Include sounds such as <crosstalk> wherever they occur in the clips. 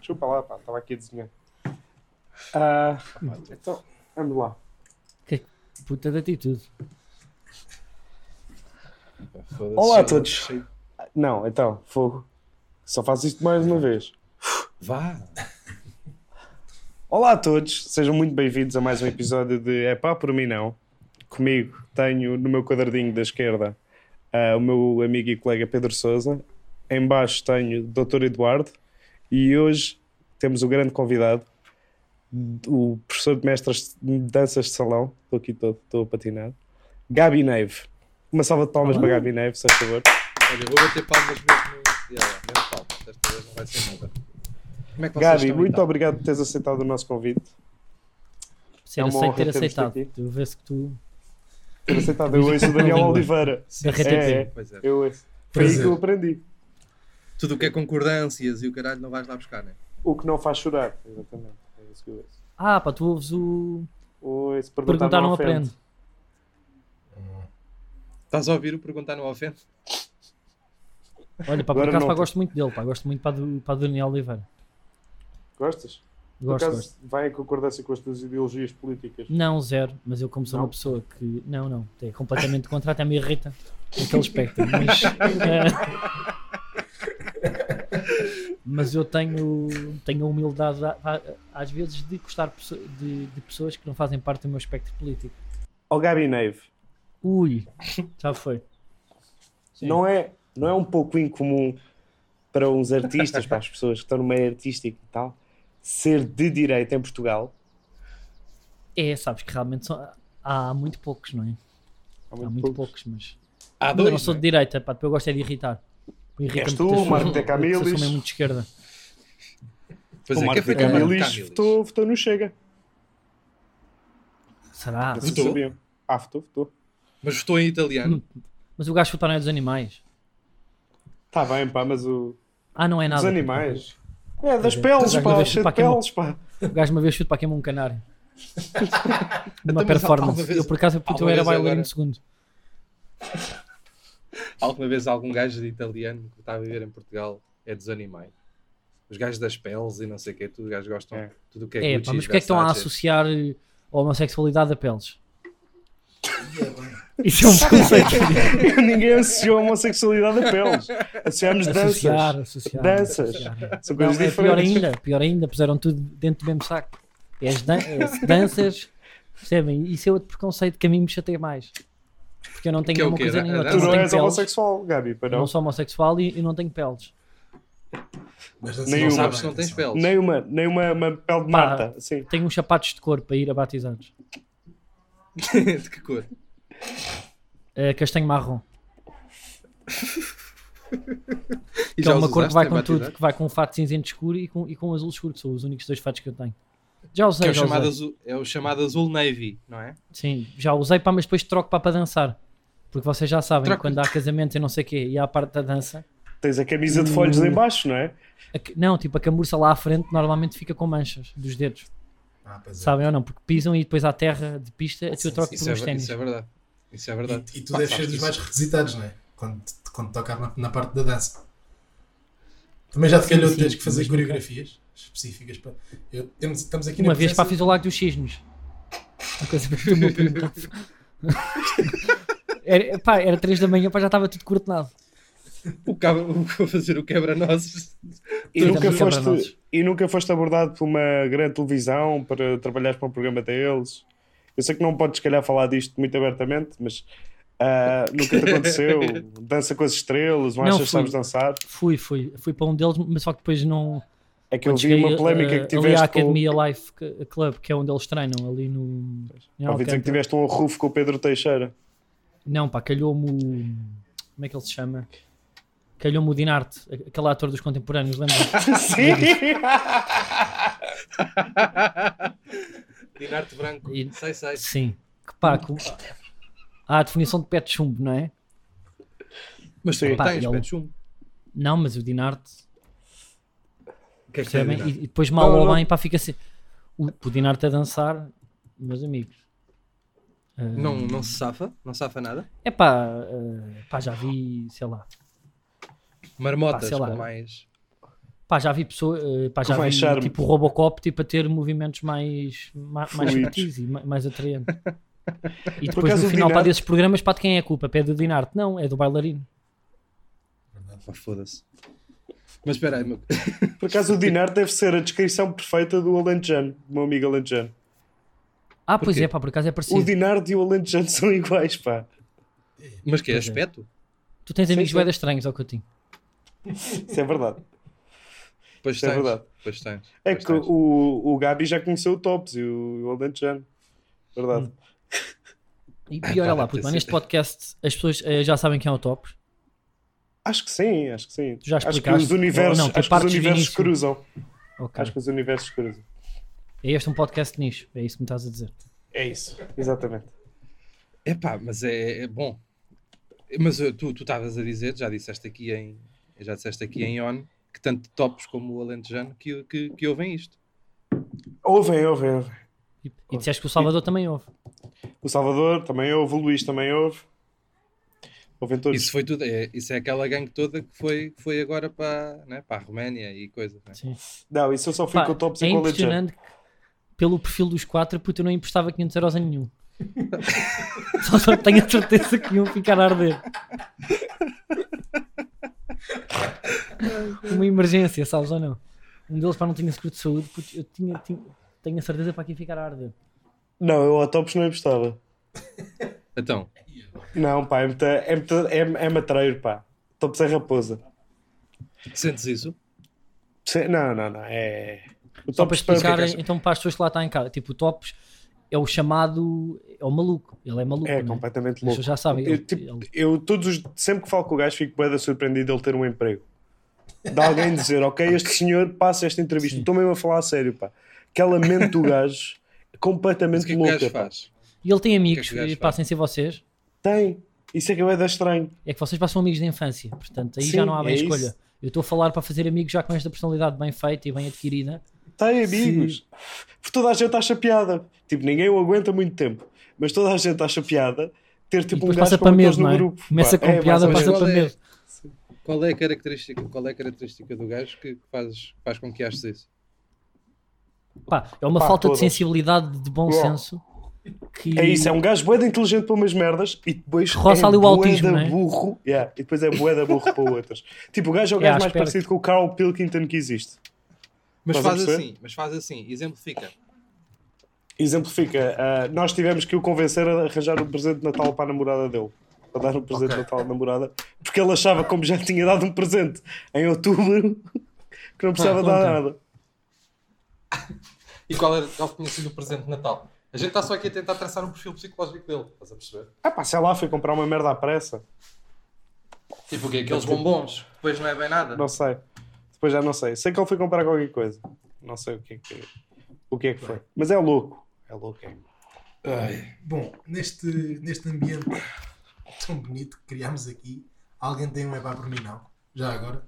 Chupa lá, pá, estava aqui a desenhar. Ah, então, vamos lá. é Puta de atitude. Foda-se. Olá a todos. Não, então, fogo. Só faço isto mais uma vez. Vá. Olá a todos, sejam muito bem-vindos a mais um episódio de É Pá Por Mim Não. Comigo tenho no meu quadradinho da esquerda ah, o meu amigo e colega Pedro Souza. Embaixo tenho o Dr. Eduardo. E hoje temos o grande convidado, o professor de mestras de danças de salão. Estou aqui todo, estou a patinar. Gabi Neve. Uma salva de palmas para Gabi Neve, se faz favor. Olha, eu vou bater palmas mesmo. Yeah, yeah, mesmo palmas. Desta vez não vai ser nada. Como é que vocês Gabi, estão, muito então? obrigado por teres aceitado o nosso convite. Ser É uma aceito, honra ter ter-vos aceitado. aqui. Tu vês que tu. Ter aceitado. Eu ouço o Daniel Língua. Oliveira. Da RTP. É, é. Pois é. Eu ouço. Foi aí Prazer. que eu aprendi. Tudo o que é concordâncias e o caralho não vais lá buscar, né? O que não faz chorar. Exatamente. É isso que eu ouço. Ah, pá, tu ouves o. Ouço, Perguntar, não, ofende. aprende. Estás a ouvir o perguntar não ofende? Olha, pá, por Agora acaso não. pá, gosto muito dele, pá, gosto muito pá, do, pá, do Daniel Oliveira. Gostas? Por Gosto, acaso, gosto. vai em concordância com as tuas ideologias políticas. Não, zero, mas eu como sou uma Não? pessoa que. Não, não, é completamente contra, até me irrita aquele espectro. Mas, eh, mas eu tenho, tenho a humildade, a- a- às vezes, de gostar pesso- de, de pessoas que não fazem parte do meu espectro político. Ó Gabi Neve, Ui, já foi. Sim. não é, não é um pouco incomum para uns artistas, para as pessoas que estão no meio artístico e tal, ser de direita em Portugal? É, sabes que realmente são- há muito poucos, não é? Há Há muito poucos, mas. Há Mas eu dois. não sou de né? direita, pá, eu gosto é de irritar. Irrita-me És que tu, as pessoas- <laughs> Marco de as pessoas Camilis. são mesmo muito de esquerda. Pois O é, que é Marco de feito para Camilis Camilis. votou, votou no Chega. Será? Vocês Votou? sabiam? Ah, votou, votou. Mas votou em Hum, italiano. Mas o gajo chutar não é dos animais. Está Tá bem, pá, mas o, Ah, não é nada. Dos animais. É, das peles, Mas já que pá, deixa cheio para de aqui uma- peles, pá. <laughs> O gajo uma vez chuta para queimar um canário. Uma Então, mas performance. alguma vez- eu por acaso puto, eu alguma era vez bailarino agora- de segundo. Alguma vez algum gajo de italiano que está a viver em Portugal é dos animais. Os gajos das peles e não sei o quê, tudo os gajos gostam É. tudo o que é É, pá, mas porquê é que estão a Versace. associar eh, a homossexualidade a peles? Isso é um preconceito. Ninguém associou a homossexualidade a peles. Associamos associar, danças. associar. Danças. associar. São Não, coisas é pior diferentes. ainda, pior ainda, puseram tudo dentro do mesmo saco. É as dan- é as danças, percebem? Isso é outro preconceito que a mim me chateia mais. Porque eu não tenho Que é o nenhuma quê? coisa Da- nem da outra. Tu Eu não tenho és peles, homossexual, Gabi, eu para não não. sou homossexual e, e não tenho peles. Mas não Nenhuma. Não sabes se não tens peles. Nem uma, nem uma, uma pele de Pá. Marta, assim. Tenho uns sapatos de cor para ir a batizados. <laughs> de que cor? Eh, castanho marrom. E Que é já uma os cor que usaste vai em com tudo, batizar? que vai com um fato cinzento escuro e com, e com um azul escuro, que são os únicos dois fatos que eu tenho. Já usei, Que é o, já usei. chamado azul, é o chamado azul navy, não é? Sim, já usei, pá, mas depois troco pá, para dançar. Porque vocês já sabem, Troco. quando há casamentos e não sei o quê, e há a parte da dança, Tens a camisa de folhos Hum. em baixo, não é? A ca- Não, tipo, a camurça lá à frente normalmente fica com manchas dos dedos, Ah, pois é. sabem ou não? Porque pisam e depois à terra de pista, eu Sim, troco Isso por é, uns ver- ténis. isso é verdade. Isso é verdade. E, e tu Pá, deves ser sabes dos isso. mais requisitados, não é? Quando, quando toca na, na parte da dança. Também já te calhou Sim, de sim, teres que fazer mas nunca. coreografias específicas para. Eu, temos, estamos aqui Uma na vez para presença- fiz o Lago dos Cisnes. Uma coisa que o meu primo Rafa. <laughs> Era, pá, era 3 da manhã, pá, já estava tudo coordenado. <laughs> O cabra, o, fazer o quebra-nozes. E Tens nunca, a música para foste, e nunca foste abordado por uma grande televisão para trabalhares para um programa deles. Eu sei que não podes, se calhar, falar disto muito abertamente, mas ah, nunca te <laughs> aconteceu. Dança com as estrelas, não Não, achas que fui. sabes dançar? Fui, fui, fui para um deles, mas só que depois não. É que eu quando vi uma cheguei, polémica eh, que ali à tiveste com... Academia Life C- Club, que é onde eles treinam, ali no. em Ouvi dizer Alcântara. que tiveste um rufo com o Pedro <laughs> Teixeira. <laughs> Não, pá, calhou-me o. Como é que ele se chama? Calhou-me o Dinarte, aquele ator dos contemporâneos, lembra? Sim! Dinarte branco. E- Sai, sai. Sim. Que pá, com... há a definição de pé de chumbo, não é? Mas Sim. tu não Pá, ele- tens pé de um. chumbo. Não, mas o Dinarte, O que é que é percebem? E, Dinarte? e depois mal Não, ou não. bem, pá, fica assim. O, o Dinarte a dançar, meus amigos. Ah, Não, não se safa? Não safa nada? É pá, ah, pá, já vi, sei lá. Marmotas sei lá. com mais... Pá, já vi pessoas, eh, pá, Com já vi mais charme. tipo Robocop tipo, a ter movimentos mais, ma- mais Fluidos. sutis e ma- <laughs> mais atraentes. E Por depois acaso no o final, para Dinarte- desses programas, para de quem é a culpa? Pé do Dinarte? Não, é do bailarino. Verdade. Pá, foda-se. Mas espera aí, meu- <laughs> Por acaso o Dinar deve ser a descrição perfeita do Alentejano, do meu amigo Alentejano. Ah, pois quê? é, pá, por acaso é O parecido. Dinar e o Alentejano <laughs> são iguais, pá. mas que é aspecto? Tu tens amigos sim. boedas estranhos, ao Coutinho. Isso é verdade. Pois Isso é tens. verdade. Pois tens. É pois que tens. o, o Gabi já conheceu o Tops e o, o Alentejano. Verdade. Hum. E, <laughs> e olha lá, Pá, deve puto, ser. mano, neste podcast as pessoas eh, já sabem quem é o top. Acho que sim, acho que sim. Tu já acho que explicaste. os universos, Ou não, que acho que os partes do universos início. cruzam. Ok. Acho que os universos cruzam. É este um podcast de nicho, é isso que me estás a dizer. É isso, exatamente. É pá, mas é, é bom. Mas eu- tu tu estavas a dizer, já disseste aqui em já disseste aqui em ON, que tanto tops como o Alentejano que, que, que ouvem isto. Ouvem, ouvem, ouvem. E, Tipo, e disseste que o Salvador também ouve. O Salvador também ouve, o Luís também ouve. Ouvem todos. Isso foi tudo, é, isso é aquela gangue toda que foi, que foi agora para, né, para a Roménia e coisas. Né? Sim. Não, isso eu só fui Pá, com o Tops é e com o Alentejano. impressionante que, pelo perfil dos quatro, puto, eu não emprestava 500 euros <laughs> a nenhum. só, só tenho a certeza que iam ficar a arder. Uma emergência, sabes ou não? Um deles para não tinha seguro de saúde, puto, eu tinha, tinha- tenho a certeza para aqui ficar a arder. Não, eu ao Tops não emprestava. Então, Não, pá, é muita, é muita, é, é matreiro, pá. Tops é raposa. sentes isso? Se- Não, não, não, é... O Só para Tops parece- explicar, então para as pessoas que lá estão em casa, tipo, o Tops é o chamado, é o maluco, ele é maluco. É não é? completamente As louco. pessoas já sabem. Eu, ele- tipo, ele- eu todos os- sempre que falo com o gajo fico bem surpreendido ele ter um emprego. De alguém dizer, <laughs> ok, este senhor passa esta entrevista. Estou mesmo a falar a sério, pá. Aquela mente do gajo é Mas o completamente que é que o louca. gajo pá. faz? E ele tem é amigos, que o gajo e faz? passem a ser vocês. Tem. Isso é que é bué da estranho. É que vocês passam amigos de infância, portanto, aí Sim, já não há bem é escolha. isso. Eu estou a falar para fazer amigos já com esta personalidade bem feita e bem adquirida. Tem amigos. Porque toda a gente acha piada. Tipo, ninguém o aguenta muito tempo. Mas toda a gente acha piada ter e tipo um depois gajo passa como para aqueles medo, no não é? grupo. Começa pá. com É, mais piada, ou passa menos. para Qual é? medo. Qual é a característica, qual é a característica do gajo que faz, faz com que aches isso? Pá, é uma Pá, falta todas. de sensibilidade, de bom Uau. senso. Que É isso, é um gajo bué de inteligente para umas merdas e depois Roça é ali o bué autismo, de não é? burro. Yeah, E depois é bué de burro para <laughs> outras. Tipo, o gajo é o É, gajo à mais espera parecido com o Carl Pilkington que existe. Mas Estás a faz perceber? assim, mas faz assim, exemplifica. Exemplifica, ah, nós tivemos que o convencer a arranjar um presente de Natal para a namorada dele. Para dar um presente de Natal à namorada. Porque ele achava, como já tinha dado um presente em outubro, <laughs> que não precisava Ah, dar conta. nada. E qual, era, qual tinha sido o presente de Natal? A gente está só aqui a tentar traçar um perfil psicológico dele, estás a perceber? Ah pá, sei lá, foi comprar uma merda à pressa. Tipo o quê? Aqueles bombons, que depois não é bem nada. Não sei. Depois já não sei. Sei que ele foi comprar qualquer coisa. Não sei o que é que, o que, é que foi. Mas é louco. É louco, é. Bom, neste, neste ambiente tão bonito que criámos aqui, alguém tem um epá por mim, não? Já agora?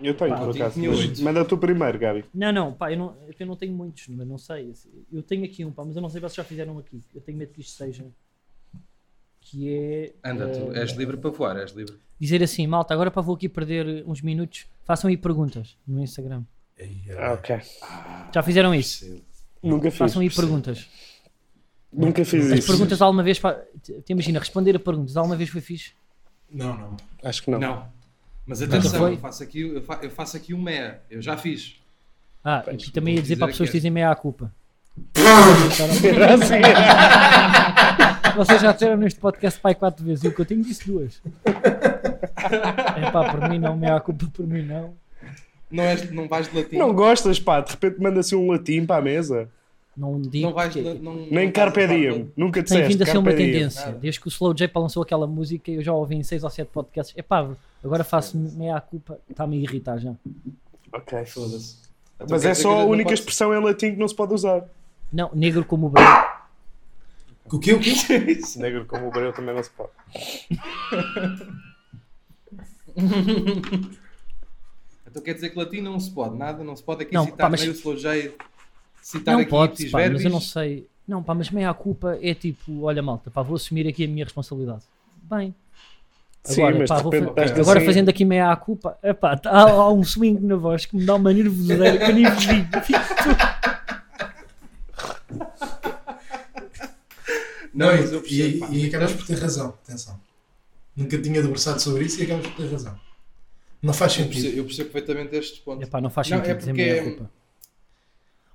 Eu tenho, Pá, por eu acaso. tinha Mas oito. Manda tu primeiro, Gabi. Não, não, pá, eu não, é que eu não tenho muitos, mas não sei. assim, Eu tenho aqui um, pá, mas eu não sei se vocês já fizeram aqui. Eu tenho medo que isto seja. Que é. Anda, tu eh, és livre para voar, és livre. Dizer assim, malta, agora para vou aqui perder uns minutos, façam aí perguntas no Instagram. Ei, Ah, ok. Já fizeram isso? Nunca fiz. Façam aí perguntas. Nunca fiz As isso. perguntas alguma vez. Pá, te- te imagina, responder a perguntas alguma vez foi fixe? Não, não. Acho que não. Não. Mas Nunca atenção, foi? eu faço, aqui, eu, fa- eu faço aqui um meia. Eu já fiz. Ah, e também ia dizer dizer para pessoas aqui. que é. dizem meia à <laughs> culpa. Era assim. Vocês já disseram neste podcast pai quatro vezes e o que eu tenho disse duas. <laughs> É pá, por mim não, meia à culpa por mim não. Não, és, não vais de latim. Não gostas, pá. De repente manda-se um latim para a mesa. Não digo. não vais de porque la- não, Nem não Carpe vais de Diem. latim. Nunca Tem disseste. vindo a ser uma carpe diem. tendência. Desde que o Slow J lançou aquela música, eu já ouvi em seis ou sete podcasts. É pá, agora faço meia à culpa, está-me a irritar já. Ok. Foda-se. Então Mas quer é dizer que só a gente não única pode- expressão em latim que não se pode usar. Não, negro como o branco. O que o quê? <laughs> Negro como o breu também não se pode. Então quer dizer que latim não se pode, nada, não se pode aqui Não, citar pá, mas- nem o slow J, citar Não aqui pode, ipsis pá, mas eu não verbis. sei. Não, pá, mas meia à culpa é tipo, olha malta, pá, vou assumir aqui a minha responsabilidade. Bem, Agora, pá, vou fa- agora assim, assim. fazendo aqui meia à culpa, epá, tá- há, há um swing na voz que me dá uma nervosidade que eu nem vos digo. <laughs> Não, mas eu e, percebo. pá. e acabas por ter razão, atenção. Nunca tinha debruçado sobre isso e acabas por ter razão. Não faz Eu sentido. percebo, eu percebo perfeitamente este ponto. Epá, não faz Não, sentido é dizer porque- meia à culpa.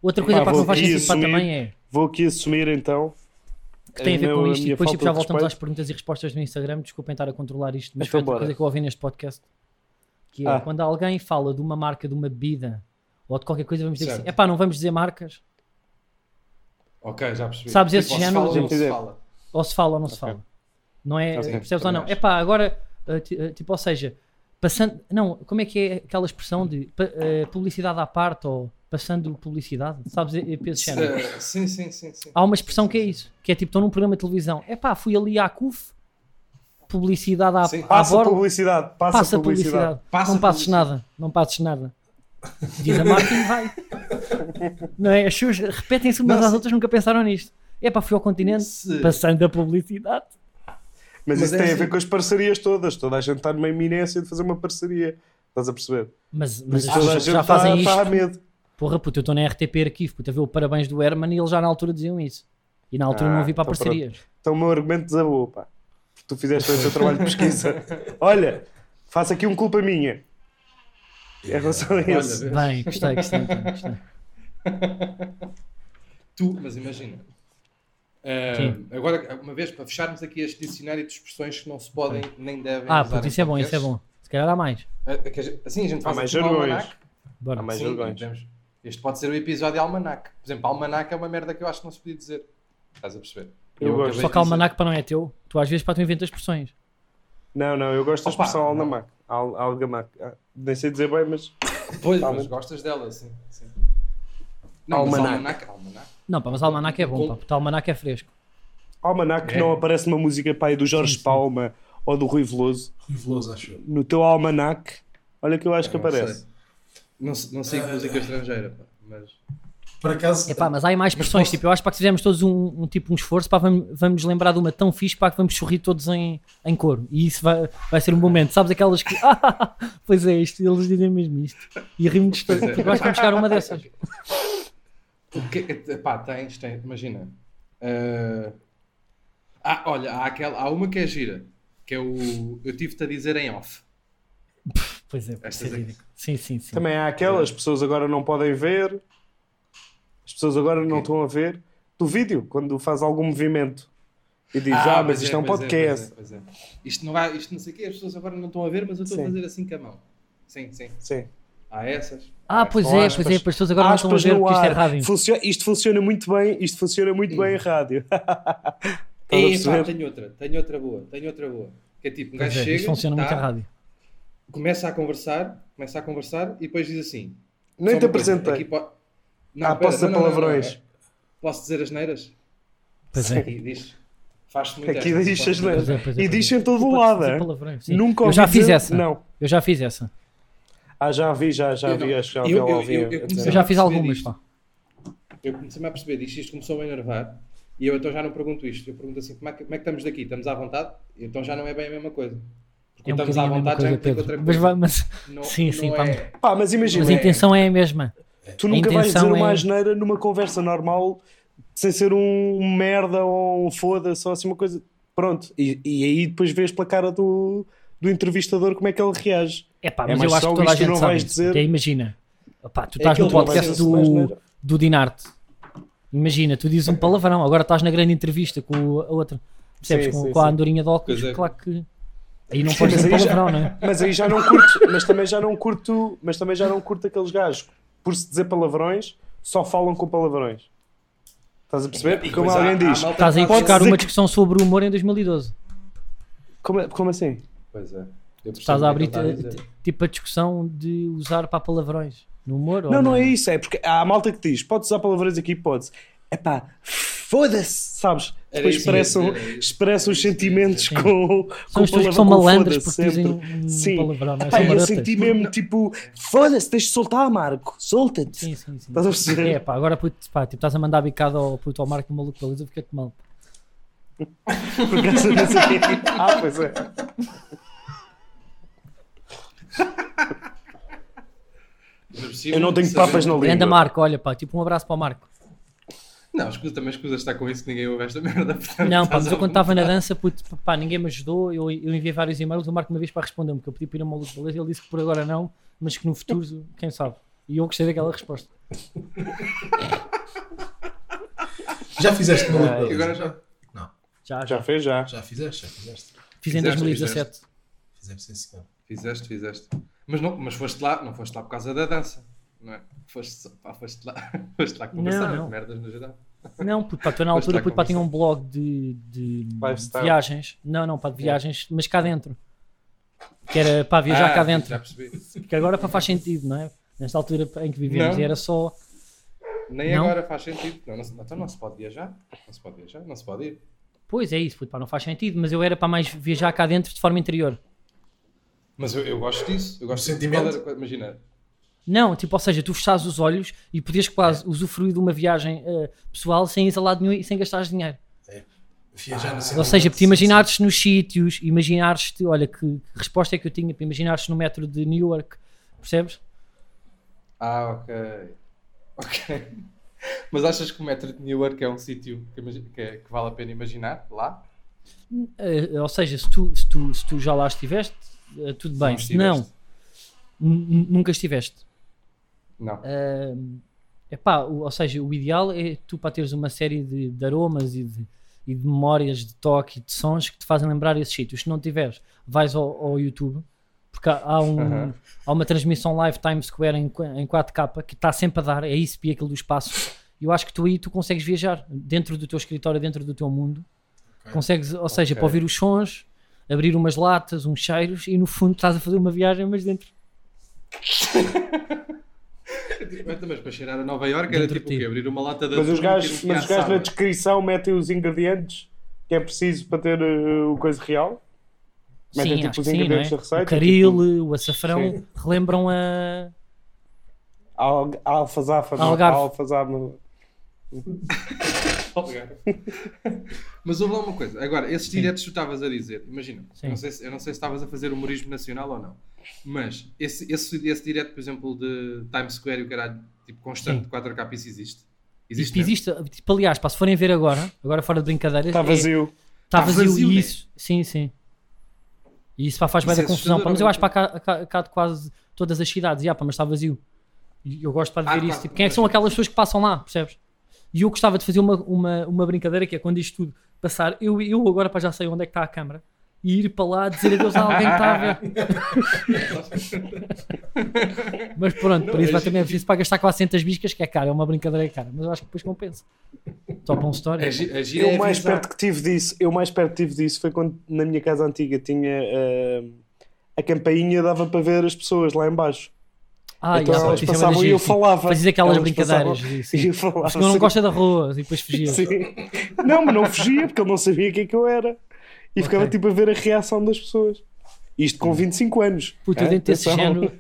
Outra coisa Pá, pá, que não vou faz aqui sentido pá, assumir- também é Vou aqui assumir então. que tem a ver meu- com isto e minha depois falta tipo, já de voltamos às respeito. perguntas e respostas no Instagram. Desculpem estar a controlar isto, mas Então foi outra bora. coisa que eu ouvi neste podcast. Que é Ah. quando alguém fala de uma marca, de uma bebida ou de qualquer coisa, vamos dizer Certo. assim: epá, não vamos dizer marcas, Ok, já percebi. Sabes, Tipo, esse ou se género fala ou de- não se fala. ou se fala ou não se Ok. fala. Não é, Ok, percebes ou também não? acho. Epá, agora, uh, ti- uh, tipo, ou seja, passando, não, como é que é aquela expressão de pa- uh, publicidade à parte ou passando publicidade? Sabes, é, é, esse género? Eh, Sim, sim, sim. sim. Há uma expressão que é isso, que é tipo, estou num programa de televisão, epá, fui ali à CUF, publicidade à, Sim. à Passa borda, publicidade, passa, passa publicidade. publicidade, Passa não passes publicidade. nada, não passes nada. Diz a marca e vai. Não é? As suas repetem-se umas Não, às sim. outras, nunca pensaram nisto. Epá, fui ao continente, Se- passando a publicidade. Mas, Mas isso é tem a assim. ver com as parcerias todas. Toda a gente está numa iminência de fazer uma parceria. Estás a perceber? Mas, Ah, mas toda a as pessoas gente já está- fazem isto. tá- está a medo. Porra, puta, eu estou na RTP Arquivo, puta, ver o parabéns do Herman e eles já na altura diziam isso. E na altura Ah, não ouvi para então parcerias. Então o meu argumento desabou, pá. Tu fizeste o teu trabalho de pesquisa. Olha, faço aqui um culpa minha. Em relação a Olha, isso. vê. Bem, gostei, gostei, então, gostei. <laughs> Tu, mas imagina. Eh, Sim. agora, uma vez, para fecharmos aqui este dicionário de expressões que não se podem nem devem Ah, usar puta, em isso é bom, isso é podcast. bom. Se calhar há mais. Eh, que a gente- Assim, a gente Há faz mais aqui um jargões. almanac. Há Bora. mais Sim, jargões. podemos- Este pode ser o episódio de almanac. Por exemplo, almanac é uma merda que eu acho que não se podia dizer. Estás a perceber? Eu gosto. acabei Só de que o almanac para não é teu. Tu às vezes para tu inventas expressões. Não, não, eu gosto da Opa, expressão não. algamac. Al, algamac. Ah, nem sei dizer bem, mas. dizer. Pois, Tá mas bom. gostas dela, sim. sim. Não, mas Almanac. almanac, almanac. Não, pá, mas almanac é bom, pá, porque almanac é fresco. Almanac É. não aparece uma música pai do Jorge Palma ou do Rui Veloso. Rui Veloso, acho eu. No teu almanac, olha que eu acho que Não aparece. sei. Não, se- não sei que música estrangeira, pá, mas. Por acaso, É pá, mas há aí mais expressões. Tipo, eu acho para que fizemos todos um, um tipo um esforço, pá, vamos, vamos lembrar de uma tão fixe, pá, que vamos sorrir todos em, em coro. E isso vai, vai ser um momento. Sabes aquelas que. <laughs> Ah, pois é, isto, eles dizem mesmo isto. E rimos todos. Pois é. Porque eu acho que vamos chegar a uma dessas. O que- Pá, tens, tens, imagina. Eh, ah, olha, há, aquela, há uma que é gira, que é o. Eu tive-te a dizer em off. Pois é, pode Estas ser é que- ridículo. Sim, sim, sim. Também há aquelas, as pessoas agora não podem ver, as pessoas agora não estão a ver. Do vídeo, quando faz algum movimento e diz, ah, mas pois isto é um pois podcast. pois é, pois é. Isto não vai, isto não sei o quê, as pessoas agora não estão a ver, mas eu estou a Sim. fazer assim com a mão. Sim, sim. Sim. Há essas. Ah, pois Com é, aspas. pois é, as pessoas agora não estão a Aspas ver no porque isto é ar. rádio. Funcio- isto funciona muito bem, isto funciona muito bem em rádio. <laughs> Estás a E, pá, perceber? tenho outra, tenho outra boa, tenho outra boa. Que é tipo, um Pois gajo é, chega, isto funciona tá, muito a rádio. começa a conversar, começa a conversar e depois diz assim. Nem só te uma coisa, apresentei. aqui po- Ah, pera, posso dizer palavrões. é, Posso dizer as neiras? Pois é. Aqui diz. Faz-se muito Aqui esta, diz faz-se as muito letras. Pois é, pois é, E pois diz é. em todo Pode lado. dizer hein? palavrões, sim. Nunca Eu ouvi já fiz dizer- essa. Não. Eu já fiz essa. Ah, já vi, já, já Eu vi, não- acho que já eu- vi eu- alguém eu- a eu dizer. Eu já fiz perceber algumas, isto. pá. Eu comecei-me a perceber disto, isto começou a me enervar e eu então já não pergunto isto. Eu pergunto assim: como é que, como é que estamos daqui? Estamos à vontade? Então já não é bem a mesma coisa. Porque É um estamos Então bocadinho a à mesma vontade já coisa, implica Pedro. outra Mas, coisa. vai- mas Não- sim, sim, não pá. é- Pá, mas imagina, Mas a intenção é a mesma. tu a nunca vais dizer intenção uma é- asneira numa conversa normal sem ser um merda ou um foda-se ou assim uma coisa. Pronto, e, e aí depois vês pela cara do, do entrevistador como é que ele reage. É pá, É mas mais eu acho só que toda a isto que gente não sabe. vais isso. dizer. Porque aí imagina, opá, tu É estás no aquilo que não podcast vais dizer, mas não do, era. do Dinarte, imagina, tu dizes um palavrão, agora estás na grande entrevista com o- a outra, percebes, Sim, com, sim, com a sim. andorinha de óculos, Pois é. claro que aí não podes Mas dizer um aí já- palavrão, não <laughs> é? Mas aí já não curto, mas também já não curto, mas também já não curto aqueles gajos que, por se dizer palavrões, só falam com palavrões. Estás a perceber? Porque como Pois há- alguém há diz, malta Estás a que ir faz- buscar dizer uma que- discussão sobre o humor em 2012. como, como assim? Pois é. Eu Estás a percebo abrir o que ele é está a t- dizer. t- tipo a discussão de usar para palavrões no humor? ou Não, não é isso, é porque há a malta que diz, pode usar palavrões aqui, pode. É pá, foda-se, sabes? Era Depois isso que eu ia expressam, dizer, era isso. expressam os sentimentos Sim. com, São com as pessoas que palavrão, são com malandras foda-se porque dizem sempre. um Sim. palavrão, não é? Epá, São eu marotas. senti mesmo tipo, foda-se, tens de soltar, Marco, solta-te. Sim, sim, sim. Estás a perceber? É, pá, agora puto, pá, tipo, estás a mandar bicada ao puto ao Marco no maluco da é Luz, eu fiquei-te mal. Por causa desse- Ah, pois é. Eu não tenho papas na língua. Grande Marco, olha pá, tipo um abraço para o Marco. Não, escusa, também escusa estar com isso que ninguém ouve esta merda. portanto, Não, pá, estás mas à eu quando estava na vontade. dança, puto, pá, ninguém me ajudou. Eu, eu enviei vários e-mails, o Marco uma vez para responder-me, que eu pedi para ir a uma luz de beleza, ele disse que por agora não, mas que no futuro, quem sabe. E eu gostei daquela resposta. Já fizeste no Ah, Lula? Agora já. Não. Já, já. Já fez, já. Já fizeste, já fizeste. Fiz em Fizeste, 2017. Fizemos sim, senhor. Fizeste, fizeste. Mas, não, mas foste lá, não foste lá por causa da dança. Não é? Foste, só- pá, foste lá, <laughs> foste lá conversar, não. merdas no geral. Não, puto, pá, tu na Pois altura, está, puto, pá, tinha um conversa. blog de, de- de Lifestyle. viagens. Não, não, É. pá, de viagens, mas cá dentro. Que era, pá, viajar Ah, cá dentro. Já percebi. Porque agora pá, faz sentido, não é? Nesta altura em que vivemos Não. e era só. Nem Não? agora faz sentido. Não, não, se- então não se pode viajar. Não se pode viajar, não se pode ir. Pois é isso, puto, pá, não faz sentido, mas eu era para mais viajar cá dentro de forma interior. Mas eu, eu gosto disso. Eu gosto O disso. sentimento? Qual era a coisa- Imagina, Não, tipo, ou seja, tu fechares os olhos e podias quase É. usufruir de uma viagem eh, pessoal sem ir a lado nenhum e sem gastares dinheiro. Viajar no Ah, Ou sentimento, seja, te sim, imaginares nos sítios, imaginares-te, olha que, que resposta é que eu tinha para imaginares no metro de Newark, percebes? Ah, ok. <laughs> Ok. Mas achas que o metro de Newark é um sítio que, imagi- que é- que vale a pena imaginar lá? Eh, ou seja, se tu, se, tu, se tu já lá estiveste, eh, tudo bem. Se não, estiveste? nu- nu- nunca estiveste. Não. Eh, é pá, ou seja, o ideal é tu para teres uma série de, de aromas e de, e de memórias de toque e de sons que te fazem lembrar esses sítios. Se não tiveres, vais ao, ao YouTube, porque há, há um- Aham. há uma transmissão live Times Square em, qu- em 4K que está sempre a dar, é isso e aquilo do espaço. E eu acho que tu aí tu consegues viajar dentro do teu escritório, dentro do teu mundo. Ok. Consegues, ou seja, Ok. para ouvir os sons, abrir umas latas, uns cheiros e no fundo estás a fazer uma viagem, mas dentro. Mas para cheirar a Nova York era Dentro tipo o de ti. quê? Abrir uma lata de Mas os atum e gajos, meter-me mas os gajos é tipo à na sala. descrição metem os ingredientes que é preciso para ter uh, o coisa real. Metem sim, tipo acho os que sim, não é? ingredientes da receita. o caril, tipo, o açafrão, Sim. relembram a. al- alfazafa. não, Algarve. alfazama. <laughs> Mas houve lá uma coisa. Agora, esses diretos que tu estavas a dizer, imagina, Sim. eu não, sei se, eu não sei se estavas a fazer humorismo nacional ou não, mas esse, esse, esse direto, por exemplo, de Times Square e o caralho, tipo, constante de 4K, isso existe? Existe, mesmo? existe, tipo, aliás, pá, se forem ver agora, agora fora de brincadeiras, Está é- vazio. tá Tá vazio, vazio, e né? isso, sim, sim. E isso pá, faz bem Isso da é confusão, pá, mas assustador, eu acho não para cá, cá, cá de quase todas as cidades, e, ah, pá, mas está vazio. E eu gosto para de Ah, ver claro, isso, tipo, quem é que são mas- aquelas pessoas que passam lá, percebes? E eu gostava de fazer uma, uma, uma brincadeira que é quando isto tudo passar, eu, eu agora pá, já sei onde é que está a câmara e ir para lá dizer adeus a alguém que está a <laughs> ver. Mas pronto, Não, por isso é vai também é <laughs> giro. preciso para gastar 400 biscas, que é caro, é uma brincadeira cara, mas eu acho que depois compensa. Só para um story. É, gi- é giro é Eu mais avisar. perto que tive disso, eu mais perto que tive disso foi quando na minha casa antiga tinha uh, a campainha dava para ver as pessoas lá em baixo. Ah, então já, pá, elas isso é bué da passavam e giro, eu sim. falava. Fazias aquelas Elas brincadeiras. passavam <laughs> sim, sim. E eu falava. assim. O senhor não sim. gosta de arroz e depois fugia. Sim. Não, mas não fugia porque ele não sabia quem é que eu era. E ficava tipo a ver a reação das pessoas. Isto com 25 anos. Puto, eu É? dentro desse Atenção. género,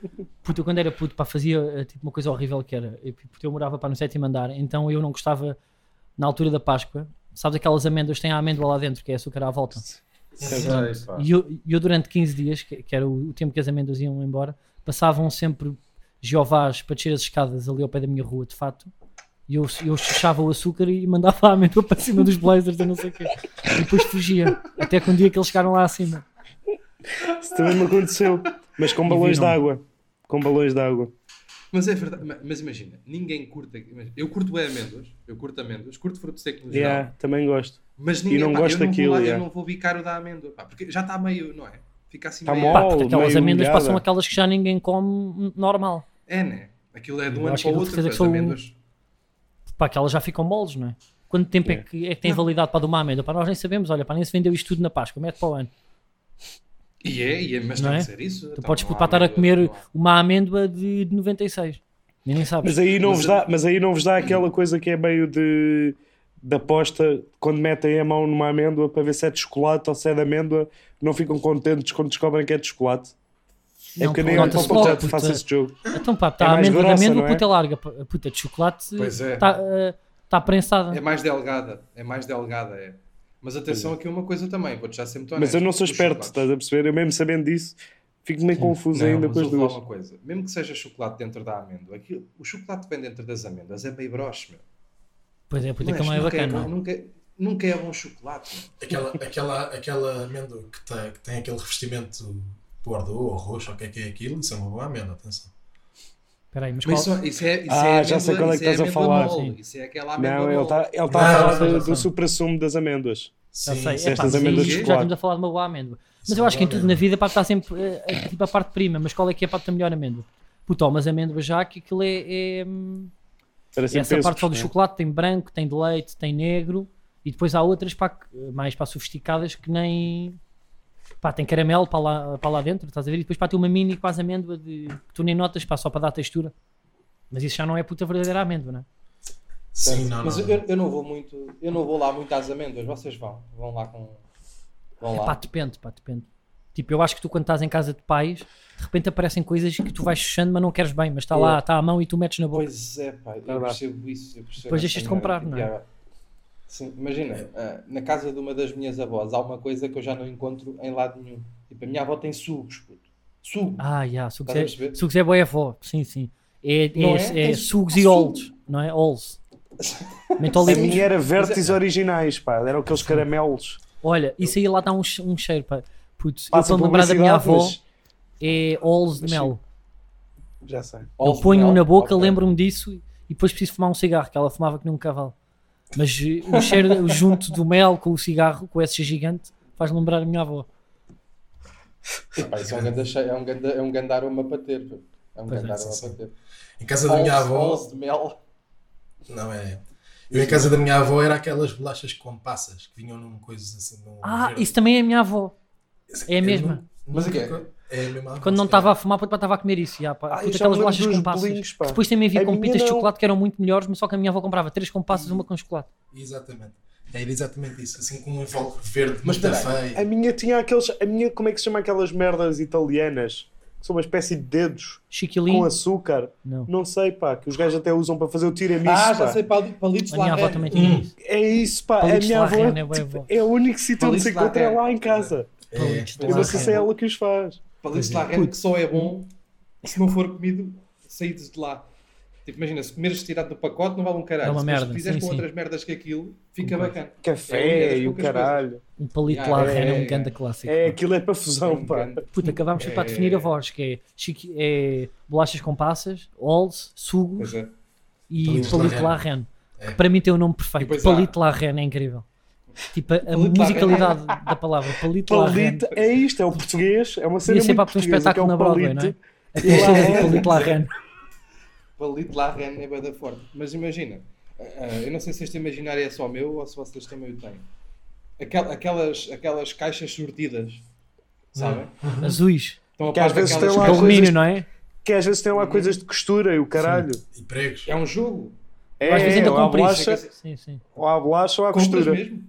puto, eu quando era puto, pá, fazia eh, tipo uma coisa horrível que era, eu, puto, eu morava para no sétimo andar, então eu não gostava, na altura da Páscoa, sabes aquelas amêndoas que têm a amêndoa lá dentro, que é açúcar à volta. Sei, pá. E eu, e eu durante 15 dias, que, que era o, o tempo que as amêndoas iam embora, passavam sempre Jeovás para descer as escadas ali ao pé da minha rua, de fato. E eu, eu chuchava o açúcar e mandava a amêndoa para cima dos blazers e não sei o quê. E depois fugia. Até que um dia que eles chegaram lá acima. Isso também me aconteceu. Mas com balões de viram-me. água. Com balões de água. Mas é verdade, ma- mas imagina, ninguém curta. imagina, Eu curto é amêndoas, eu curto amêndoas, curto fruto seco no geral, Yeah, também gosto. mas ninguém, não pá, gosto eu, não daquilo, vou lá, eu yeah. não vou bicar o da amêndoa, pá, porque já está meio, não é? Fica assim Tá meio. mole. Pá, porque aquelas meio amêndoas molhada. passam aquelas que já ninguém come normal. É, né? Aquilo é de Eu um ano acho para o que outro, aquilo de certeza as que sou- amêndoas. Pá, aquelas já ficam moles, não é? Quanto tempo é, É. que, é que tem validade para dar uma amêndoa? Para nós nem sabemos, olha, para nem se vendeu isto tudo na Páscoa, mete para o ano. E é, e é, mas Não tem é? que ser isso. Tu podes puto, pá, estar a comer uma amêndoa de de 96. Ninguém sabe. Mas aí não, Mas vos eu- dá, mas aí não vos dá aquela coisa que é meio de, de aposta quando metem a mão numa amêndoa para ver se é de chocolate ou se é de amêndoa. Não ficam contentes quando descobrem que é de chocolate. É Não, porque eu pá, nem olho para nota-se o projeto logo, faço puta. esse jogo. Então pá, É tá a mais amêndoa de grossa, amêndoa, não é? puta é larga, pá, puta de chocolate, Pois é. tá, eh, tá prensada. É mais delgada, é mais delgada, é. é. Mas atenção aqui a uma coisa também, vou-te já sempre Mas eu não sou esperto, estás a perceber? Eu mesmo sabendo disso, Fico meio confuso Não, ainda mas com as vou falar duas. uma coisa. Mesmo que seja chocolate dentro da amêndoa, aquilo- o chocolate que vem dentro das amêndoas é meio broche, meu. Pois é, puta, Mas que não é nunca bacana. bom- nunca, nunca é bom chocolate, meu. Aquela, aquela, aquela amêndoa que tem, que tem aquele revestimento bordeaux ou roxo, ou o que é que é aquilo, isso é uma boa amêndoa, atenção. Espera aí, mas Mas qual... isso, isso é, isso Ah, é já sei amêndoa- qual é que isso estás a amêndoa falar. mole, Sim. Isso é aquela amêndoa Não, ele mole. está ele tá Ah, a já sei, falar do, já do sei. suprassumo das amêndoas. Já sei, sim, é pá, estas sim, amêndoas de já chocolate. estamos a falar de uma boa amêndoa. Mas Isso eu é acho que em boa tudo na vida pá, está sempre eh, eh, tipo a parte de prima, mas qual é que é a parte da melhor amêndoa? Puta, ó, mas amêndoa já que aquilo é, é, hum, Era essa sempre parte só do esses, né? chocolate tem branco, tem de leite, tem negro e depois há outras pá, que- mais pá, sofisticadas que nem pá, tem caramelo para lá, para lá dentro, estás a ver? E depois pá, tem uma mini quase amêndoa de, que tu nem notas pá, só para dar textura. Mas isso já não é puta verdadeira amêndoa, não é? Sim, não, Mas não. eu, eu não vou muito, eu não vou lá muito às amêndoas, vocês vão, vão lá com vão É Pá, lá. depende, pá, depende. Tipo, eu acho que tu quando estás em casa de pais, de repente aparecem coisas que tu vais fechando, mas não queres bem, mas está lá, está à mão e tu metes na boca. Pois é, pá, eu Verdade. percebo isso, eu percebo. Depois essa deixas de merda, comprar, tipo, não é? já- Sim, imagina, ah, na casa de uma das minhas avós há uma coisa que eu já não encontro em lado nenhum. Tipo, a minha avó tem sucos, puto. Sugo. Ah, já, sugos Estás a é, perceber? sugos é boa avó, sim, sim. É, Não é, é? é É sugos su- e sugo. olds, não é? Olds. Mentol e A minha era vértices Mas é- originais, pá. Eram aqueles caramelos. Olha, isso aí lá está um, che- um cheiro, pá. Putz, eu Passa quando lembrar um da minha publicidade, avó, mas- é olds de mas mel. Já sei. Eu Ovo de ponho mel, na boca, ok. lembro-me disso e depois preciso fumar um cigarro, que ela fumava que nem um cavalo. Mas eh, o cheiro o junto do mel com o cigarro, com esse gigante, faz lembrar a minha avó. Epá, isso é um ganda, che- é um ganda, é um ganda aroma para ter, puto. É um Pois ganda é, aroma sim, para ter. Em casa da minha Olhos- avó, olhos de mel. não é. Eu em casa da minha avó era aquelas bolachas com passas que vinham num coisa assim. Num Ah, verde. isso também é a minha avó. É a Eu mesma. nu- Mas o nunca quê? co- É a mesma. Quando não avó, estava a fumar, puta, pá, estava a comer isso. Já, pá. Ah, eu Puta, já aquelas me lembro bolachas dos com passas. bolinhos, pá. Que depois também A havia com minha pitas não. de chocolate que eram muito melhores, mas só que a minha avó comprava três com passas, uma com chocolate. é. Exatamente. Era exatamente isso. Assim com um envelope verde, Mas mas muito espera A feio. minha tinha aqueles. A minha, como é que se chama aquelas merdas italianas? Que são uma espécie de dedos com Chiquilinho. açúcar. Não. Não sei, pá. Que os gajos até usam para fazer o tiramisu. Ah, já pá. sei, pali- palitos A lá. minha avó também tinha Hum. isso. É isso, pá. A Palitos de minha avó Larraine, é bué tipo, bom. é o único sítio onde Palitos se de encontra é Larraine. lá em casa. É. Palitos de Eu não sei se é Larraine. ela que os faz. Palitos de larraine que só é bom se não for comido saídos de lá. Tipo, imagina, se comeres tirado do pacote não vale um caralho. É uma se merda, Se fizeres sim, com sim. outras merdas que aquilo, fica Concordo. bacana. É uma Café das e o poucas caralho. Um palito Ah, de larraine é é, um é. grande clássico. É, pá. aquilo é É confusão, um pá. grano. Puta, acabámos de para definir a voz, que é, chiqui, é bolachas com passas, olds, sugos Pois é. e Palitos de palito de Larraine. larraine. Que para mim tem o nome E perfeito. depois Palito de larraine é incrível. Tipo, a, a Palito de musicalidade da palavra, palito de larraine. Palito, é isto, é o português, é uma cena Devia ser muito para um portuguesa, que é espetáculo um na Broadway, não é? palito. Até chega a dizer Larraine. palito de larraine. Palito de larraine é bada forte. Mas imagina, ah, ah, eu não sei se este imaginário é só meu ou se vocês também o têm. Aquel- Aquelas, aquelas caixas sortidas, sabem? Hum. azuis. Estão a Que par às vezes daquelas tem lá De Há caixas- coisas- alumínio, não é? Que às vezes tem lá coisas de costura e o caralho. E pregos. É um jogo. É, às vezes ainda ou há compro isso. bolacha, Sim, sim. ou há bolacha ou há Compras costura. mesmo?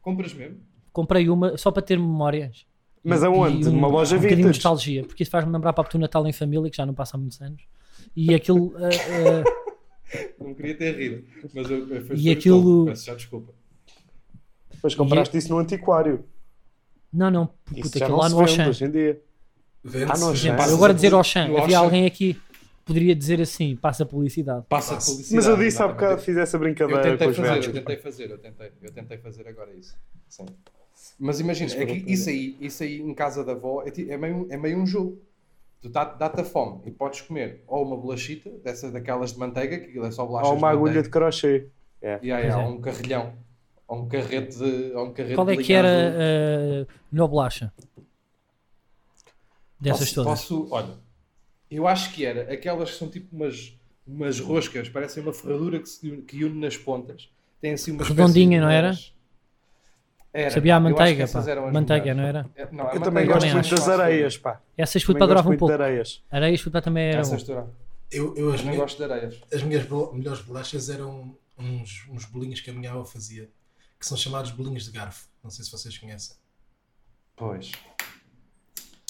Compras mesmo? Comprei uma só para ter memórias. Mas aonde? E Numa loja um bocadinho de vintage. nostalgia, porque isso faz-me lembrar para o Natal em família, que já não passa há muitos anos. E aquilo. ah, ah, Não queria ter rido, mas eu, eu foi E sobre o aquilo- tom. Peço já desculpa. Mas compraste isso no antiquário. não, não, Isso puta, já aquilo não lá se no vende Auchan. hoje em dia. Verde. Ah, não, se- já Exemplo, Passas eu agora a dizer poli- Auchan, no havia Auchan. alguém aqui que poderia dizer assim, passa a publicidade. Passa a Passa. Mas publicidade. eu disse há exatamente. bocado, fiz essa Eu brincadeira com tentei os fazer, eu velhos. tentei fazer, eu tentei, eu tentei fazer agora isso. Sim. Mas imagina, é que isso aí, isso aí em casa da avó é, ti- é meio, é meio um jogo. Tu dá- dá-te a fome e podes comer ou uma bolachita, dessa, daquelas de manteiga, que aquilo é só bolachas Ou uma de agulha de manteiga. crochê. E aí, Pois é. ou um carrilhão, ou um carrete de. Ou um carrete Qual é de que eh, linhado. era a melhor bolacha? Dessas posso, todas. Posso, olha, eu acho que era aquelas que são tipo umas, umas roscas, parecem uma ferradura que, se, que une nas pontas. Tem assim uma espécie Redondinha, de não era? bolas. Era. Sabia a Eu acho que manteiga, essas pá. eram as Manteiga, não melhores. era? É, não, a Eu também manteiga gosto também muito acho das fácil. areias, pá. Essas Também puta gosto adorava um muito de pouco. areias. Areias puta também era bom. Essas duram. Eu, eu as, Também minhas, gosto de areias. as minhas bol- melhores bolachas eram uns, uns bolinhos que a minha avó fazia, que são chamados bolinhos de garfo. Não sei se vocês conhecem. Pois.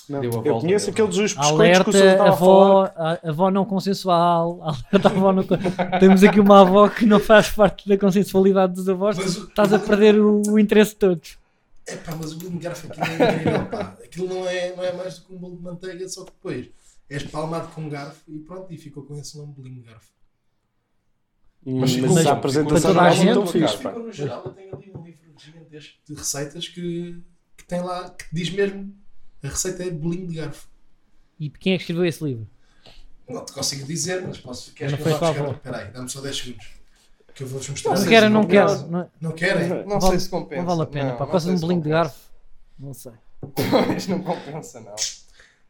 Não, Deu a Eu volta, conheço deu a aqueles dos biscoitos que o senhor Alerta, estava a falar. avó, a- avó não consensual. <laughs> Alerta, avó não... con- Temos aqui uma avó que não faz parte da consensualidade dos avós. Mas- Estás a perder o, o interesse de todos. Epá, mas o Golden Garf aquilo <laughs> é incrível, pá. Aquilo não é, não é mais do que um bolo de manteiga, só que depois és palmado com um garfo e pronto, e ficou com esse nome Bolinho Garfo. Mas, ficou- mas a ficou apresentação toda a não é tão gente- fixe, pá. Ficou no geral, eu tenho ali um livro gigantesco de receitas que, que tem lá, que diz mesmo, a receita é bolinho de garfo. E quem é que escreveu esse livro? Não te consigo dizer, mas posso. Queres Não que foi eu vá tua buscar? avó. Espera aí, dá-me só 10 segundos. Que eu vou-vos mostrar. Não, Vocês quero, não compensa. quero. Não, é? Não querem? Não vale- sei se compensa. não vale a pena, Não, pá. não Por causa sei de um se bolinho de compensa. garfo. Não sei. <laughs> Pois, não compensa, não.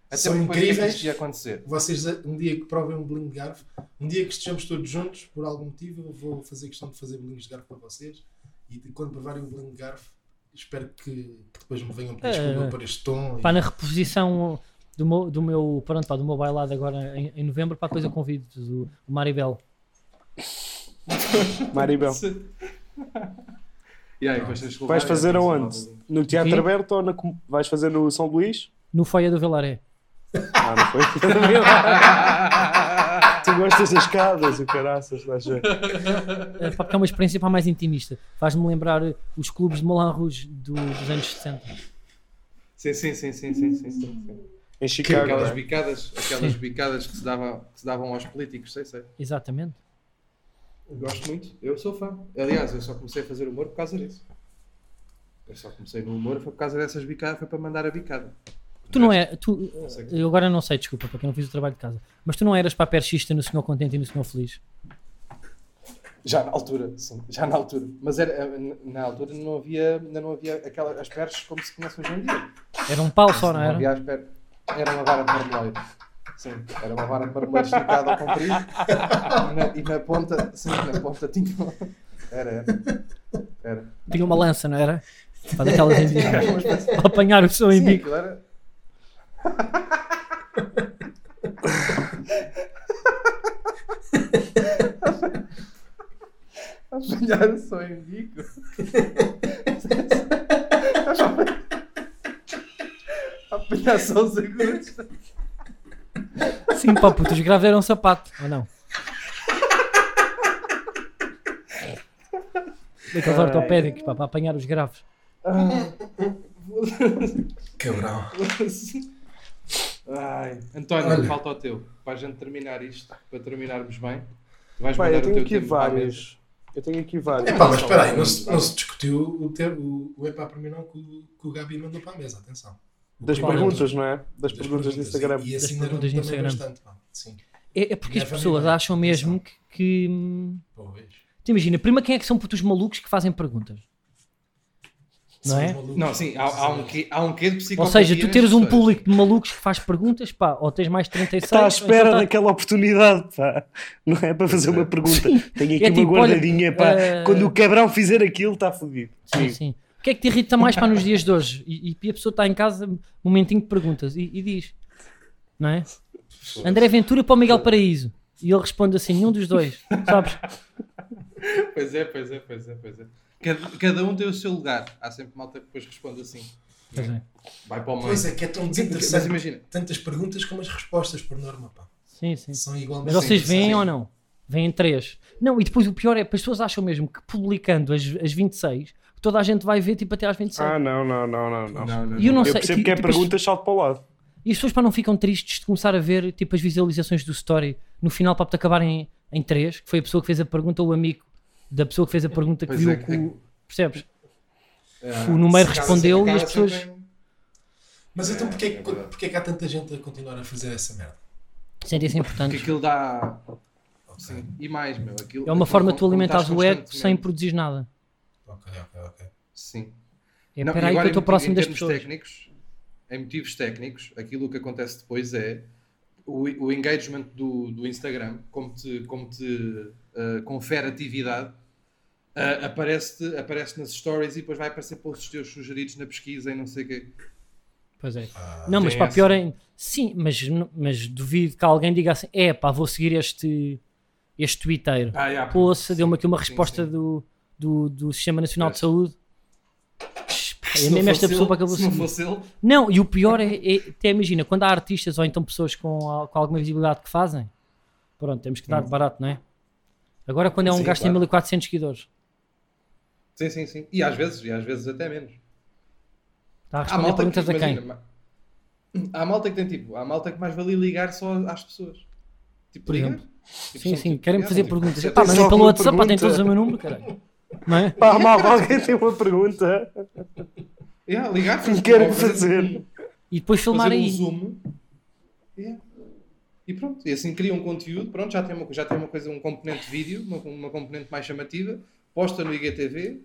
Até porque depois o que é São que incríveis. isto ia acontecer. Vocês, um dia que provem um bolinho de garfo, um dia que estejamos todos juntos, por algum motivo, eu vou fazer questão de fazer bolinhos de garfo para vocês. E de- quando provarem um bolinho de garfo, espero que, que depois me venham pedir É. desculpa por este tom. e- Pá, na reposição do meu, do meu, pronto, pá, do meu bailado agora em, em novembro, pá, depois eu convido o, o Maribel. Maribel, Se- <laughs> E aí, depois tens que levar vais e fazer tens que aonde? levar o bolinho. No Teatro Aqui? Aberto ou na com- vais fazer no São Luís? No Foia do Velaré. Ah, não foi? <laughs> tu gostas das escadas e o caraças, estás a ver? É, pá, porque é uma experiência pá, mais intimista. Faz-me lembrar eh, os clubes de Moulin Rouge do- dos anos 60. Sim, sim, sim, sim, sim, sim, sim, sim. Em Chicago. Aquelas não é? bicadas, aquelas bicadas que se, dava, que se davam aos políticos, sei, sei. Exatamente. Eu Gosto muito, eu sou fã. Aliás, eu só comecei a fazer humor por causa disso. Eu só comecei no humor foi por causa dessas bicadas, foi para mandar a bicada. Tu não é. Tu, sei. eu agora não sei, desculpa, porque eu não fiz o trabalho de casa. Mas tu não eras para perchista no Senhor Contente e no Senhor Feliz. Já na altura, sim, já na altura. Mas era, eh, na- na altura não havia, ainda não havia aquela, as perches como se conhece hoje em dia. Era um pau só, não Não era? havia as perches. Era uma vara de marmoleiro. Sim, era uma vara de marmoleiro esticada ao comprido. E na, e na ponta, sim, na ponta tinha. Era, era. Era. Tinha uma lança, não era? Para dar aquelas Era indicadas. uma espécie- Para apanhar o seu Sim, indico. <laughs> aquilo era. Apanhar o som em <laughs> bico. Apanhar só os agudos. Sim, pá, puto, os graves eram sapato, ou não? Daqueles ortopédicos, pá, para apanhar os graves. Cabrão. Ai. António, Olha. falta o teu. Para a gente terminar isto, para terminarmos bem, tu vais Pá, mandar eu o tenho teu Ah, aqui tema para a mesa. vários. Eu tenho aqui vários. Epá, mas espera aí, não se, não se discutiu o, ter, o, o epá para mim não que o, que o Gabi mandou para a mesa, atenção. O Das primeiro- perguntas, não é? Das perguntas do perguntas, Instagram. E, e assim Das perguntas do também Instagram. bastante, pá. Sim, É, é porque as Never pessoas mind. acham mesmo que. que, hum, pois. tu imagina, prima, quem é que são putos malucos que fazem perguntas? Não São é? os malucos. Não, sim, há, há um quê, há um quê de Ou psicopatia. seja, tu nas teres um pessoas. público de malucos que faz perguntas, pá, ou tens mais 36. Está à espera ou então tá- daquela oportunidade, pá. Não é para fazer uma pergunta. Tenho aqui É uma tipo, olha, guardadinha, pá. eh, Quando o cabrão fizer aquilo, está fodido. Sim, sim. O que é que te irrita mais para nos dias de hoje? E, e a pessoa está em casa, momentinho de perguntas, e, e diz, não é? André Ventura para o Miguel Paraíso. E ele responde assim: nenhum dos dois, sabes? Pois é, pois é, pois é, pois é. Cada, cada um tem o seu lugar. Há sempre malta que depois responde assim. Pois é. Vai para o meio. Pois é, que é tão Mas desinteressante. imagina. Tantas perguntas como as respostas, por norma, pá. Sim, sim. São igualmente Mas vocês veem interessantes. ou não? Vêm três. Não, e depois o pior é que as pessoas acham mesmo que publicando as, as 26, toda a gente vai ver tipo até às 26. Ah, não, não, não, não. não. Não, não, E eu não Eu sei, percebo que é tipo, as- perguntas, salto para o lado. E as pessoas para não ficam tristes de começar a ver tipo as visualizações do story no final para te acabarem em 3, que foi a pessoa que fez a pergunta, o amigo da pessoa que fez a pergunta que Pois viu é, que, é que- o- percebes? Ah, o número se acaba respondeu sempre- e as acaba pessoas- sempre em- Mas então porquê, É verdade. porquê que há tanta gente a continuar a fazer essa merda? Sentem-se Porque importantes. aquilo dá. Sim. E mais, meu. Aquilo, É uma forma de tu alimentares alimentar o ego sem produzir nada. Ok, ok, ok. Sim. É, espera Não, aí que agora eu em estou moti- próximo em das termos pessoas. Técnicos, em motivos técnicos, aquilo que acontece depois é o, o engagement do, do Instagram, como te, como te ah, confere atividade, ah, aparece, aparece nas stories e depois vai aparecer posts teus sugeridos na pesquisa e não sei o quê. Pois é. não, mas tem pá, essa. pior ainda. Sim, mas, n- mas duvido que alguém diga assim: é pá, vou seguir este, este Twitter. Ah, yeah, Poça, deu-me aqui uma sim, resposta sim. Do, do, do Sistema Nacional de Yes. Saúde. Pá, Se É não mesmo fosse esta pessoa ele- para acabou Se não fosse ele, Não, e o pior é, é até imagina, quando há artistas ou então pessoas com, al- com alguma visibilidade que fazem, pronto, temos que dar de barato, não é? Agora quando é um Sim, gajo que tem claro. 1400 seguidores. Sim, sim, sim. E às vezes, e às vezes até menos. Está a Há responder malta que, perguntas a imagina, quem? ma- há malta que tem tipo, há malta que mais valia ligar só às pessoas. Tipo, Por ligar. exemplo. Tipo, Sim, são sim, tipo, querem "Ah, fazer tipo, perguntas. já Pá, tens mas mandem só pelo alguma WhatsApp, pá, tem pergunta? todos o meu número, caralho. Não é? Pá, mal, alguém tem uma pergunta. Yeah, ligar Que querem ou fazer. E depois filmar fazer um aí. zoom. Yeah. E pronto, e assim cria um conteúdo, pronto, já tem uma, já tem uma coisa, um componente vídeo, uma, uma componente mais chamativa, posta no IGTV,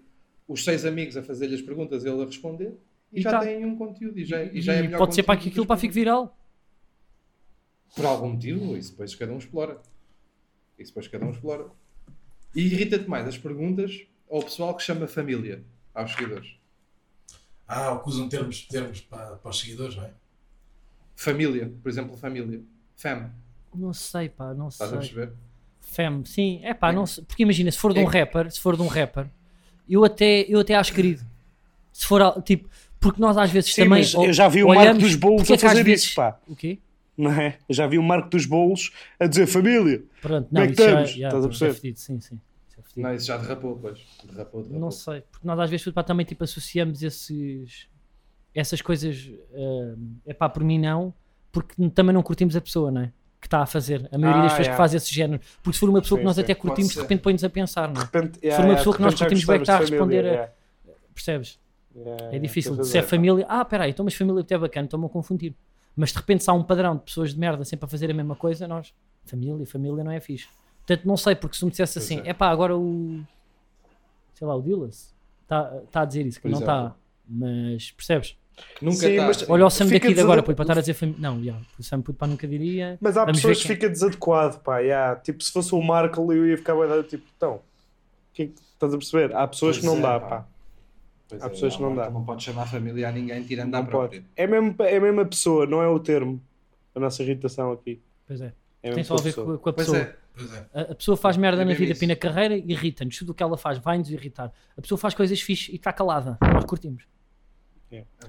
os seis amigos a fazer-lhe as perguntas e ele a responder, e, E já tá. tem um conteúdo e já, e E já é melhor pode ser para conteúdo que do aquilo as para fique perguntas. viral. Por algum motivo, isso depois cada um explora. Isso depois cada um explora. E irrita-te mais as perguntas ao pessoal que chama família aos seguidores. Ah, o que usam termos, termos para, para os seguidores, não é? Família, por exemplo, família. Fam, Não sei, pá, não estás a sei. perceber? Fem, sim, é pá, não sei. Porque imagina, se for de É. um rapper, se for de um rapper, eu até, eu até acho querido. Se for al- tipo, porque nós às vezes Sim, também. mas ol- eu já vi o Marco olhamos- dos Bolos porque é a que às fazer vezes- isso, pá. O quê? Não é? Eu já vi o Marco dos Bolos a dizer família. Pronto, Como não, é que isso já, estamos? já, Estás a isso é perceber? fedido, sim, sim. Isso é fedido. Não, isso já derrapou, pois. Derrapou, é? derrapou. Não sei, porque nós às vezes pá, também tipo, associamos esses, essas coisas é pá, por mim não, porque também não curtimos a pessoa, não é? Que está a fazer. A maioria Ah, das pessoas yeah. que faz esse género. Porque se for uma pessoa Sim, que nós sim, até pode curtimos, de ser. repente põe-nos a pensar, não é? De repente, Se for uma pessoa que nós de repente curtimos já bem, que está a gostamos de responder família, a- yeah, Percebes? yeah, É yeah, difícil. tens Se é razão. família, ah, peraí, então mas família até é bacana, estão-me a confundir. Mas de repente se há um padrão de pessoas de merda sempre a fazer a mesma coisa, nós, família, família não é fixe. Portanto, não sei, porque se me dissesse Pois assim, é. é pá, agora o. sei lá, o Dillas está tá a dizer isso, que Por não está. exemplo. Mas percebes? Nunca Sim, tá, mas- sim. Olha o Sam Fica daqui de agora, desada- puto, para estar a dizer família. Não, já, o Sam puto, pá, nunca diria. Mas há Vamos pessoas ver que quem- é. fica desadequado, pá. yeah. Tipo, se fosse o Marco, eu ia ficar bué dado, tipo, então, o que é que estás a perceber? Há pessoas que Pois não é, dá, pá. pá. Pois é, Há pessoas que não Marta dá. Não pode chamar família a ninguém tirando à Não pode. própria. É mesmo, é mesmo a pessoa, não é o termo. A nossa irritação aqui. Pois é. É mesmo Tem só a ver pessoa. com, com a Pois pessoa. é, Pois é. A, a pessoa faz merda É na mesmo vida isso. e na carreira e irrita-nos. Tudo o que ela faz vai-nos irritar. A pessoa faz coisas fixe e está calada. Nós curtimos.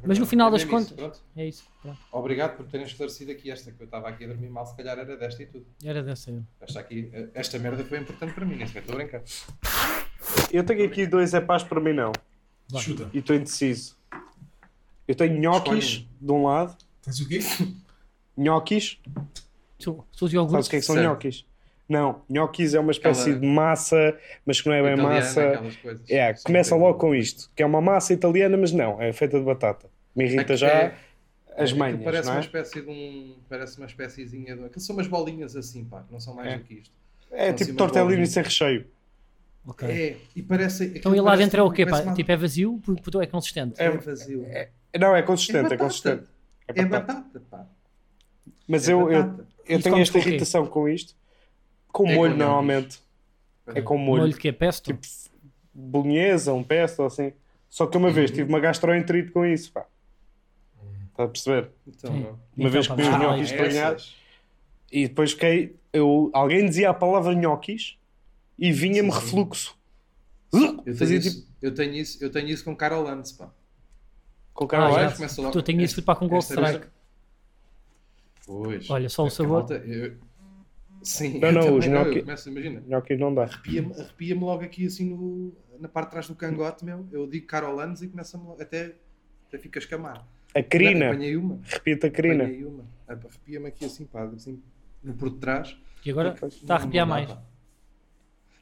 Mas no final É das mesmo isso, contas- pronto. É isso. Pronto. Obrigado por terem esclarecido aqui esta, que eu estava aqui a dormir mal, se calhar era desta e tudo. Era dessa. eu. Esta aqui, eh, esta merda foi importante para mim, nem sequer estou a brincar. Eu tenho aqui dois é paz para mim, não. Vai. Chuta. E estou indeciso. Eu tenho nhoquis Escolhe de um lado, Tens o quê? nhoquis, Sou, sou os sabes iogurtes. o que é que são Certo. nhoquis? Não, nhoquis é uma espécie Aquela- de massa, mas que não é bem Italiana, massa. aquelas coisas. É, Sim, começa tem- logo com isto, que é uma massa italiana, mas não, é feita de batata. Me irrita Aquilo já é- as aquilo manhas, Parece não uma é? espécie de um. Parece uma espéciezinha de. Aquilo são umas bolinhas assim, pá, não são mais É. do que isto. É são tipo assim umas tortellini bolinhas. sem recheio. Ok. É, e parece. Então aquilo e lá parece dentro é o quê? tipo- Pá? parece Tipo, é vazio? Puto, é consistente. uma- É vazio. Não, é consistente, é, batata. consistente. É É batata. batata, pá. Mas É eu, eu, batata. eu E tenho comes esta com o quê? irritação com isto. Com É molho, com nhoquis. normalmente. É com molho. Molho de quê? Pesto? Tipo, bolonhesa, um pesto, assim. Só que uma vez Uhum. tive uma gastroenterite com isso, pá. Está a perceber? Então, Sim. não. Uma Então, vez pá, comi os ah, nhoquis é planeados essas. e depois fiquei... Eu, alguém dizia a palavra nhoquis e vinha-me Sim, sim. refluxo. Eu tenho, Fazia isso, tipo... eu, tenho isso, eu tenho isso com Carol Lance, pá. Com Ah, cara Carol já. Lance começa logo. Puto, eu tenho isso pá, com Gold Esta era- Strike. Pois. Olha, só o É que a sabor. malta- eu- Sim, Não, eu não, também os gnocchi- eu começo, imagina. Nhoquis não dá. Arrepia-me arrepia-me logo aqui assim no, na parte de trás do cangote, meu. Eu digo Carol Lance e começa-me logo- até, até fica a escamar. A Não, crina. Apanhei uma. Repita a crina. Apanhei uma. Arrepia-me aqui assim, pá, assim, no por detrás. E agora Porque- está a arrepiar Não dá, mais. pá.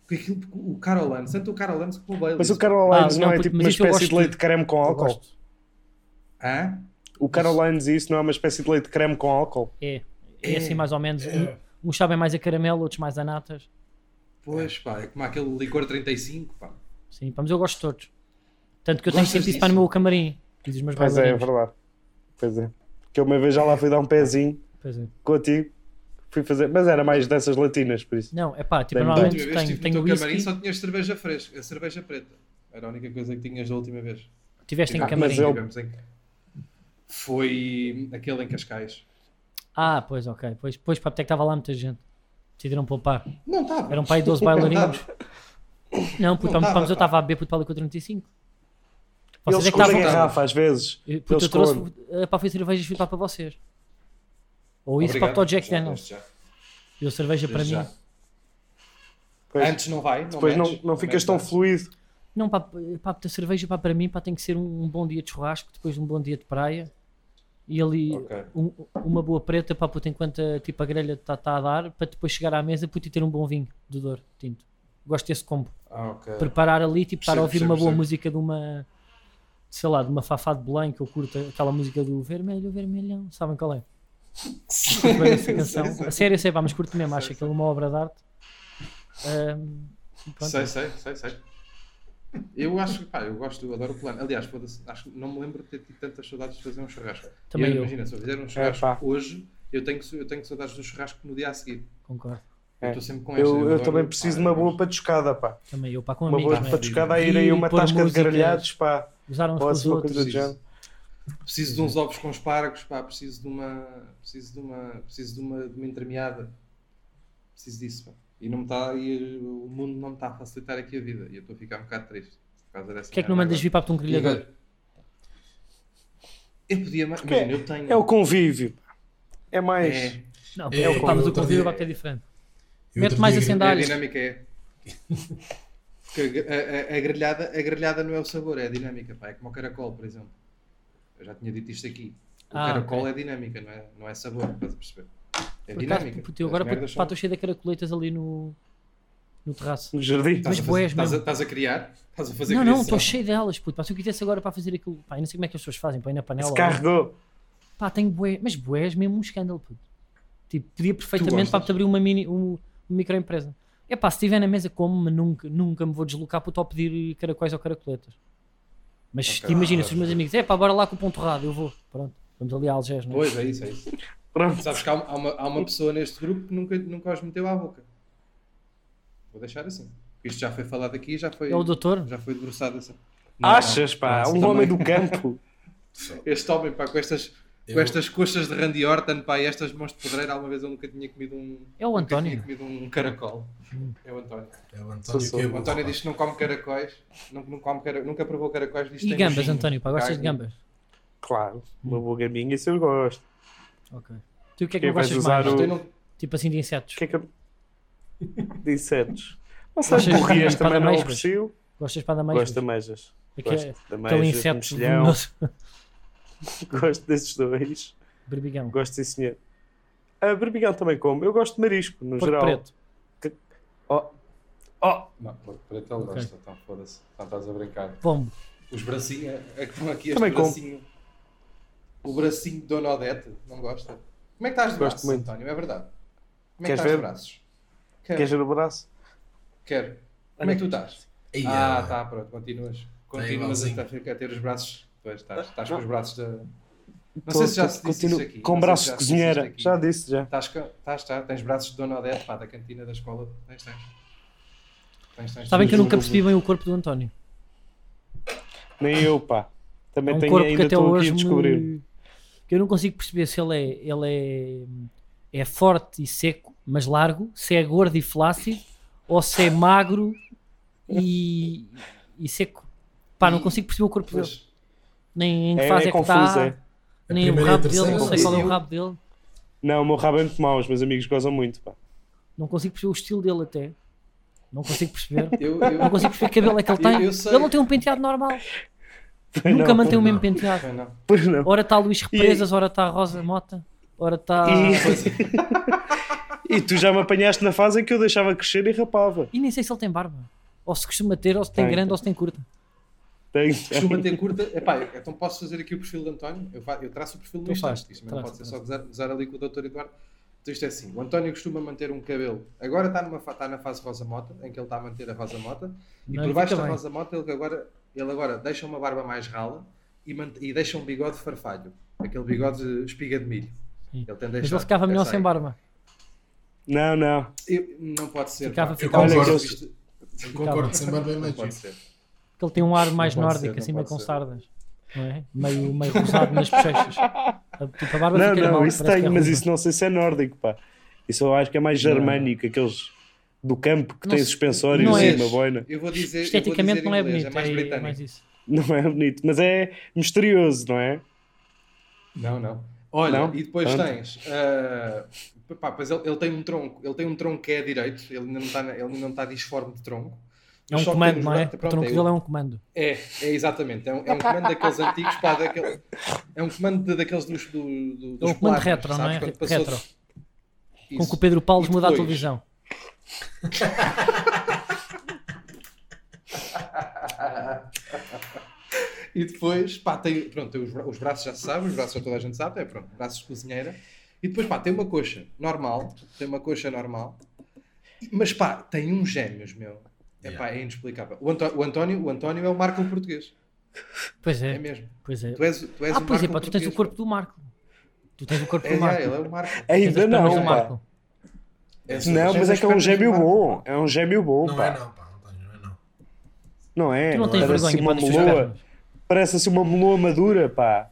Porque aquilo, o Carol Lance, tanto o Carol Lance como o Bailey. Mas o Carolines Ah, não, não, é puto, tipo mas uma isso eu espécie gosto de leite de- de creme com Eu álcool? gosto. Hã? O Carolines e isso não é uma espécie de leite de creme com álcool? É. É assim mais ou menos. Um- Uns sabem mais a caramelo, outros mais a natas. Pois, pá, é como aquele licor 35, pá. Sim, pá, mas eu gosto de todos. Tanto que eu tenho Gostas sempre isso pá, no disso? meu camarim. Diz os meus Pois é, é bailarinos. verdade. Pois é. Porque eu uma vez já lá fui dar um pezinho Pois é. contigo. Fui fazer, mas era mais dessas latinas, por isso. Não, é pá, Lembro-me tipo, da normalmente última vez tenho, tive no tenho teu camarim whisky. só tinhas cerveja fresca, cerveja preta. Era a única coisa que tinhas da última vez. Tiveste em Ah, mas camarim. eu- tivemos em- Foi aquele em Cascais. Ah, pois, ok. Pois, pois pá, até que estava lá muita gente. Decidiram poupar. Não tá estava. Eram um pai <laughs> 12 bailarinos. Não, puto, Não vamos, dava, vamos, eu pá. estava a beber puto para ali com 35. Eles Vocês é que escondem a estavam. garrafa às vezes. Eu- Puto, Eles eu trouxe escondem. eh, para fazer cervejas fui para para vocês. Ou isso para o Jack Daniels. E a cerveja para mim. Pois, Antes não vai. Não depois não, metes, não ficas metes tão antes. fluido. Não, pá, pá, a cerveja pá, para mim pá, tem que ser um, um bom dia de churrasco, depois de um bom dia de praia. E ali Ok. um- uma boa preta, pá, puto, enquanto a, tipo, a grelha está tá a dar, para depois chegar à mesa puto, e ter um bom vinho de dor tinto. Gosto desse combo. Ah, ok. Preparar ali, tipo, estar a Percebo, ouvir percebo, uma boa percebo. música de uma, sei lá, de uma Fafá de Belém, que eu curto aquela música do Vermelho, Vermelhão, sabem qual é? Curto bem essa canção. Sei, sei. A sério, eu sei, pá, mas curto mesmo, acho Sei, aquilo uma obra de arte. Ahm, e pronto. Sei, sei, sei, sei. Eu acho que, pá, eu gosto, eu adoro o plano. Aliás, foda-se, acho que não me lembro de ter tido tantas saudades de fazer um churrasco. Também E eu. Imagina, se eu fizer um churrasco pá. hoje, eu tenho, eu tenho saudades do churrasco no dia a seguir. Concordo. Eu É. estou sempre com esta. Eu, eu adoro- também preciso de pá, uma eu boa gosto. patuscada, pá. Também eu, pá, com Uma amigos. boa não é? patuscada a ir aí E uma pôr tasca de músicas. gargalhados, pá. Usaram uns Ou com os assim, uma outros. coisa do género. Preciso de uns ovos com espargos, pá, preciso de uma. Preciso de uma. Preciso de uma, de uma entremeada. Preciso disso, pá. E não me está. E o mundo não me está a facilitar aqui a vida. E eu estou a ficar um bocado triste por causa dessa. Porquê é que não merda mandas vir para um agora. E grelhador? agora- Eu podia. ma- Porque Imagina, eu tenho. É o convívio. É mais. É, Não, É, é, pá, mas o eu convívio também- vai ter diferente. Eu Mete outro mais dia- a é a sandália. dinâmica é. Porque a, a, a- a grelhada, a grelhada não é o sabor, é a dinâmica, pá. É como o caracol, por exemplo. Eu já tinha dito isto aqui. O Ah, caracol ok. é dinâmica, não é, não é sabor, estás a perceber? É Por acaso, dinâmica. puto, eu As agora merdas pá, são- estou cheio de caracoletas ali no, no terraço. No jardim. Estás a Mas fazer- boés estás a- mesmo. Estás a criar? Estás a fazer Não, não, criação? estou cheio delas, puto. Pá, se eu quisesse agora para fazer aquilo, pá, eu não sei como é que as pessoas fazem, põe na panela. Se ou- carregou. Pá, tenho boé, mas boés mesmo um escândalo, puto. Tipo, podia perfeitamente gostas? para abrir uma mini, um, uma microempresa. É pá, se estiver na mesa, como, mas nunca, nunca me vou deslocar puto ao pedir caracóis ou caracoletas. Mas Ok. te imagina, se os meus amigos, é pá, bora lá com o ponto errado, eu vou. Pronto, vamos ali a Algés, não é? Pois, é isso, é isso. Pronto. Sabes que há, há uma, há uma pessoa neste grupo que nunca, nunca os meteu à boca. Vou deixar assim. Isto já foi falado aqui, já foi, É o doutor? já foi debruçado assim. Não, Achas, não, pá? não, Um também. homem do campo. <laughs> Este homem, pá, com estas, Eu- com estas coxas de Randy Orton, pá, e estas mãos de pedreira, alguma vez eu nunca tinha comido um... É o nunca António. tinha comido um caracol. É o António. É o António Sou, sou. que é O bom, António pá. diz que não come caracóis, não, não come cara- nunca provou caracóis, diz que E tem gambas, nojinho. António, pá, gostas de Caga. gambas? Claro. Uma boa gaminha, isso eu gosto. Ok. Tu o que é que Quem não vais gostas usar mais? o. Isto eu não- Tipo assim de insetos. O que é que eu. De insetos. Não sei, Achas corrias que para também não ameixas? aprecio. Gostas para dar mais? é- Gosto de ameijas. Aquele, Gosto de aquele ameijas. de inseto mexilhão. <laughs> venenoso. <laughs> Gosto desses dois. Berbigão. Gosto, sim, senhor. A berbigão também como. Eu gosto de marisco, no Porco geral. preto. Oh. Oh. Não, Porto Preto ele Ok. gosta, então foda-se. Então estás a brincar. Pombo. Os bracinhos, é que estão aqui este Também como. bracinho. O bracinho de Dona Odete, não gosta? Como é que estás Gosto de braços, muito. António? É verdade. Como é que Queres estás ver? de braços? Quero. Queres ver o braço? Quero. Como é que tu estás? Ei, Ah, é, tá, pronto, continuas. Continuas igualzinho. a ter, a ter os braços. Pois estás, estás com não. os braços da. Não Tô- sei se já tô- se disse continuo isto aqui. Com não sei se braço de já se disse isto cozinheira. aqui. Já disse, já. Estás, com- estás, tá, tens braços de Dona Odete, pá, da cantina da escola. Tens, tens. Tens, tens. Sabem que eu Sim, nunca sim, percebi bem o corpo do António. Nem eu, pá. É Também um tenho, corpo que ainda até estou aqui hoje a me- descobrir. que eu não consigo perceber se ele é, ele é, é forte e seco, mas largo, se é gordo e flácido, ou se é magro e, e seco. Pá, não consigo perceber o corpo dele. Pois, Nem em que É, fase é é, que confuso, está, é. A nem o primeira e a rabo dele, terceira não sei confuso. qual é o rabo dele. Não, o meu rabo é muito mau, os meus amigos gozam muito, pá. <laughs> Não consigo perceber o estilo dele até. Não consigo perceber. eu, eu, Não consigo perceber que cabelo é que ele Eu- tem. eu sei. ele não tem um penteado normal. Nunca Não, mantém o mesmo não. penteado. Pois <laughs> não. Pois não. Ora está Luís Represas, ora está Rosa Mota, ora está. E... e tu já me apanhaste na fase em que eu deixava crescer e rapava. E nem sei se ele tem barba. Ou se costuma ter, ou se tem Tem, grande, tem. ou se tem curta. Tem- Costuma ter curta. Epá, eu- então posso fazer aqui o perfil de António? Eu, fa- eu traço o perfil Tu no instante. fazes, Isto mesmo traço, pode ser só gozar, gozar ali com o Dr. Eduardo. Então isto é assim: o António costuma manter um cabelo. Agora está, numa, fa- está na fase Rosa Mota, em que ele está a manter a Rosa Mota. E Não, por ele baixo fica da bem. Rosa Mota, ele agora, ele agora deixa uma barba mais rala e, mant- e deixa um bigode farfalho. Aquele bigode de espiga de milho. Sim. Ele tem Mas deixado, ele ficava melhor percebe? sem barba. Não, não. Eu- não pode ser. Ficava- um pá. ficava- Olha que eu- Concordo. Eu concordo, sem barba é Não mais pode giro. ser. Porque ele tem um ar Não mais pode nórdico, ser, assim não meio pode com ser. sardas. Não é? Meio, meio rosado nas bochechas. A- Tipo, a barba Não, fica não, mal, isso parece que tem, é mas ruiva. isso não sei se é nórdico, pá. Isso eu acho que é mais germânico, aqueles do campo que Não têm se- suspensórios não e é. uma boina. Eu vou dizer, eu vou Esteticamente dizer não é inglês, bonito, é mais britânico. isso. Não é bonito, mas é misterioso, não é? Não, não. Olha, Não? e depois Pronto. tens. ah, tá pá, pois ele, ele tem um tronco, ele tem um tronco que é direito, ele ainda não está, na- ele ainda não está disforme de tronco, É um Só comando, temos não é? lá- pronto, Tronco é dele é o- um comando. É, é exatamente. É um, é um comando daqueles antigos, pá, daquele, é um comando de- daqueles dos, do, do, dos É um comando plasmas, retro, não sabes? é? Quando passou- Retro. Com Isso. que o Pedro Paulo E muda a depois? televisão. E depois, pá, tem, pronto, tem os, bra- os braços já se sabe, os braços já toda a gente sabe, é pronto, braços de cozinheira. E depois, pá, tem uma coxa normal, tem uma coxa normal, E- mas pá, tem uns gêmeos, meu. É pá, é inexplicável. O, Anto- o António, o António é o Marco português, Pois é é, mesmo. pois é. Tu és, tu és Ah, o pois é, Marco pá, tu tens o português, corpo do Marco. Tu tens o corpo É, do Marco. é, ele é o Marco. Tens as Ainda pernas não, do pá. um Marco. É só- Não, tens mas é as que é um pernas do gêmeo Marco. bom. É um gêmeo bom, Não pá. é não, pá, António, não é não. Não é? Tu não tens Parece vergonha uma para das tuas meloa. pernas. Parece assim uma meloa madura, pá.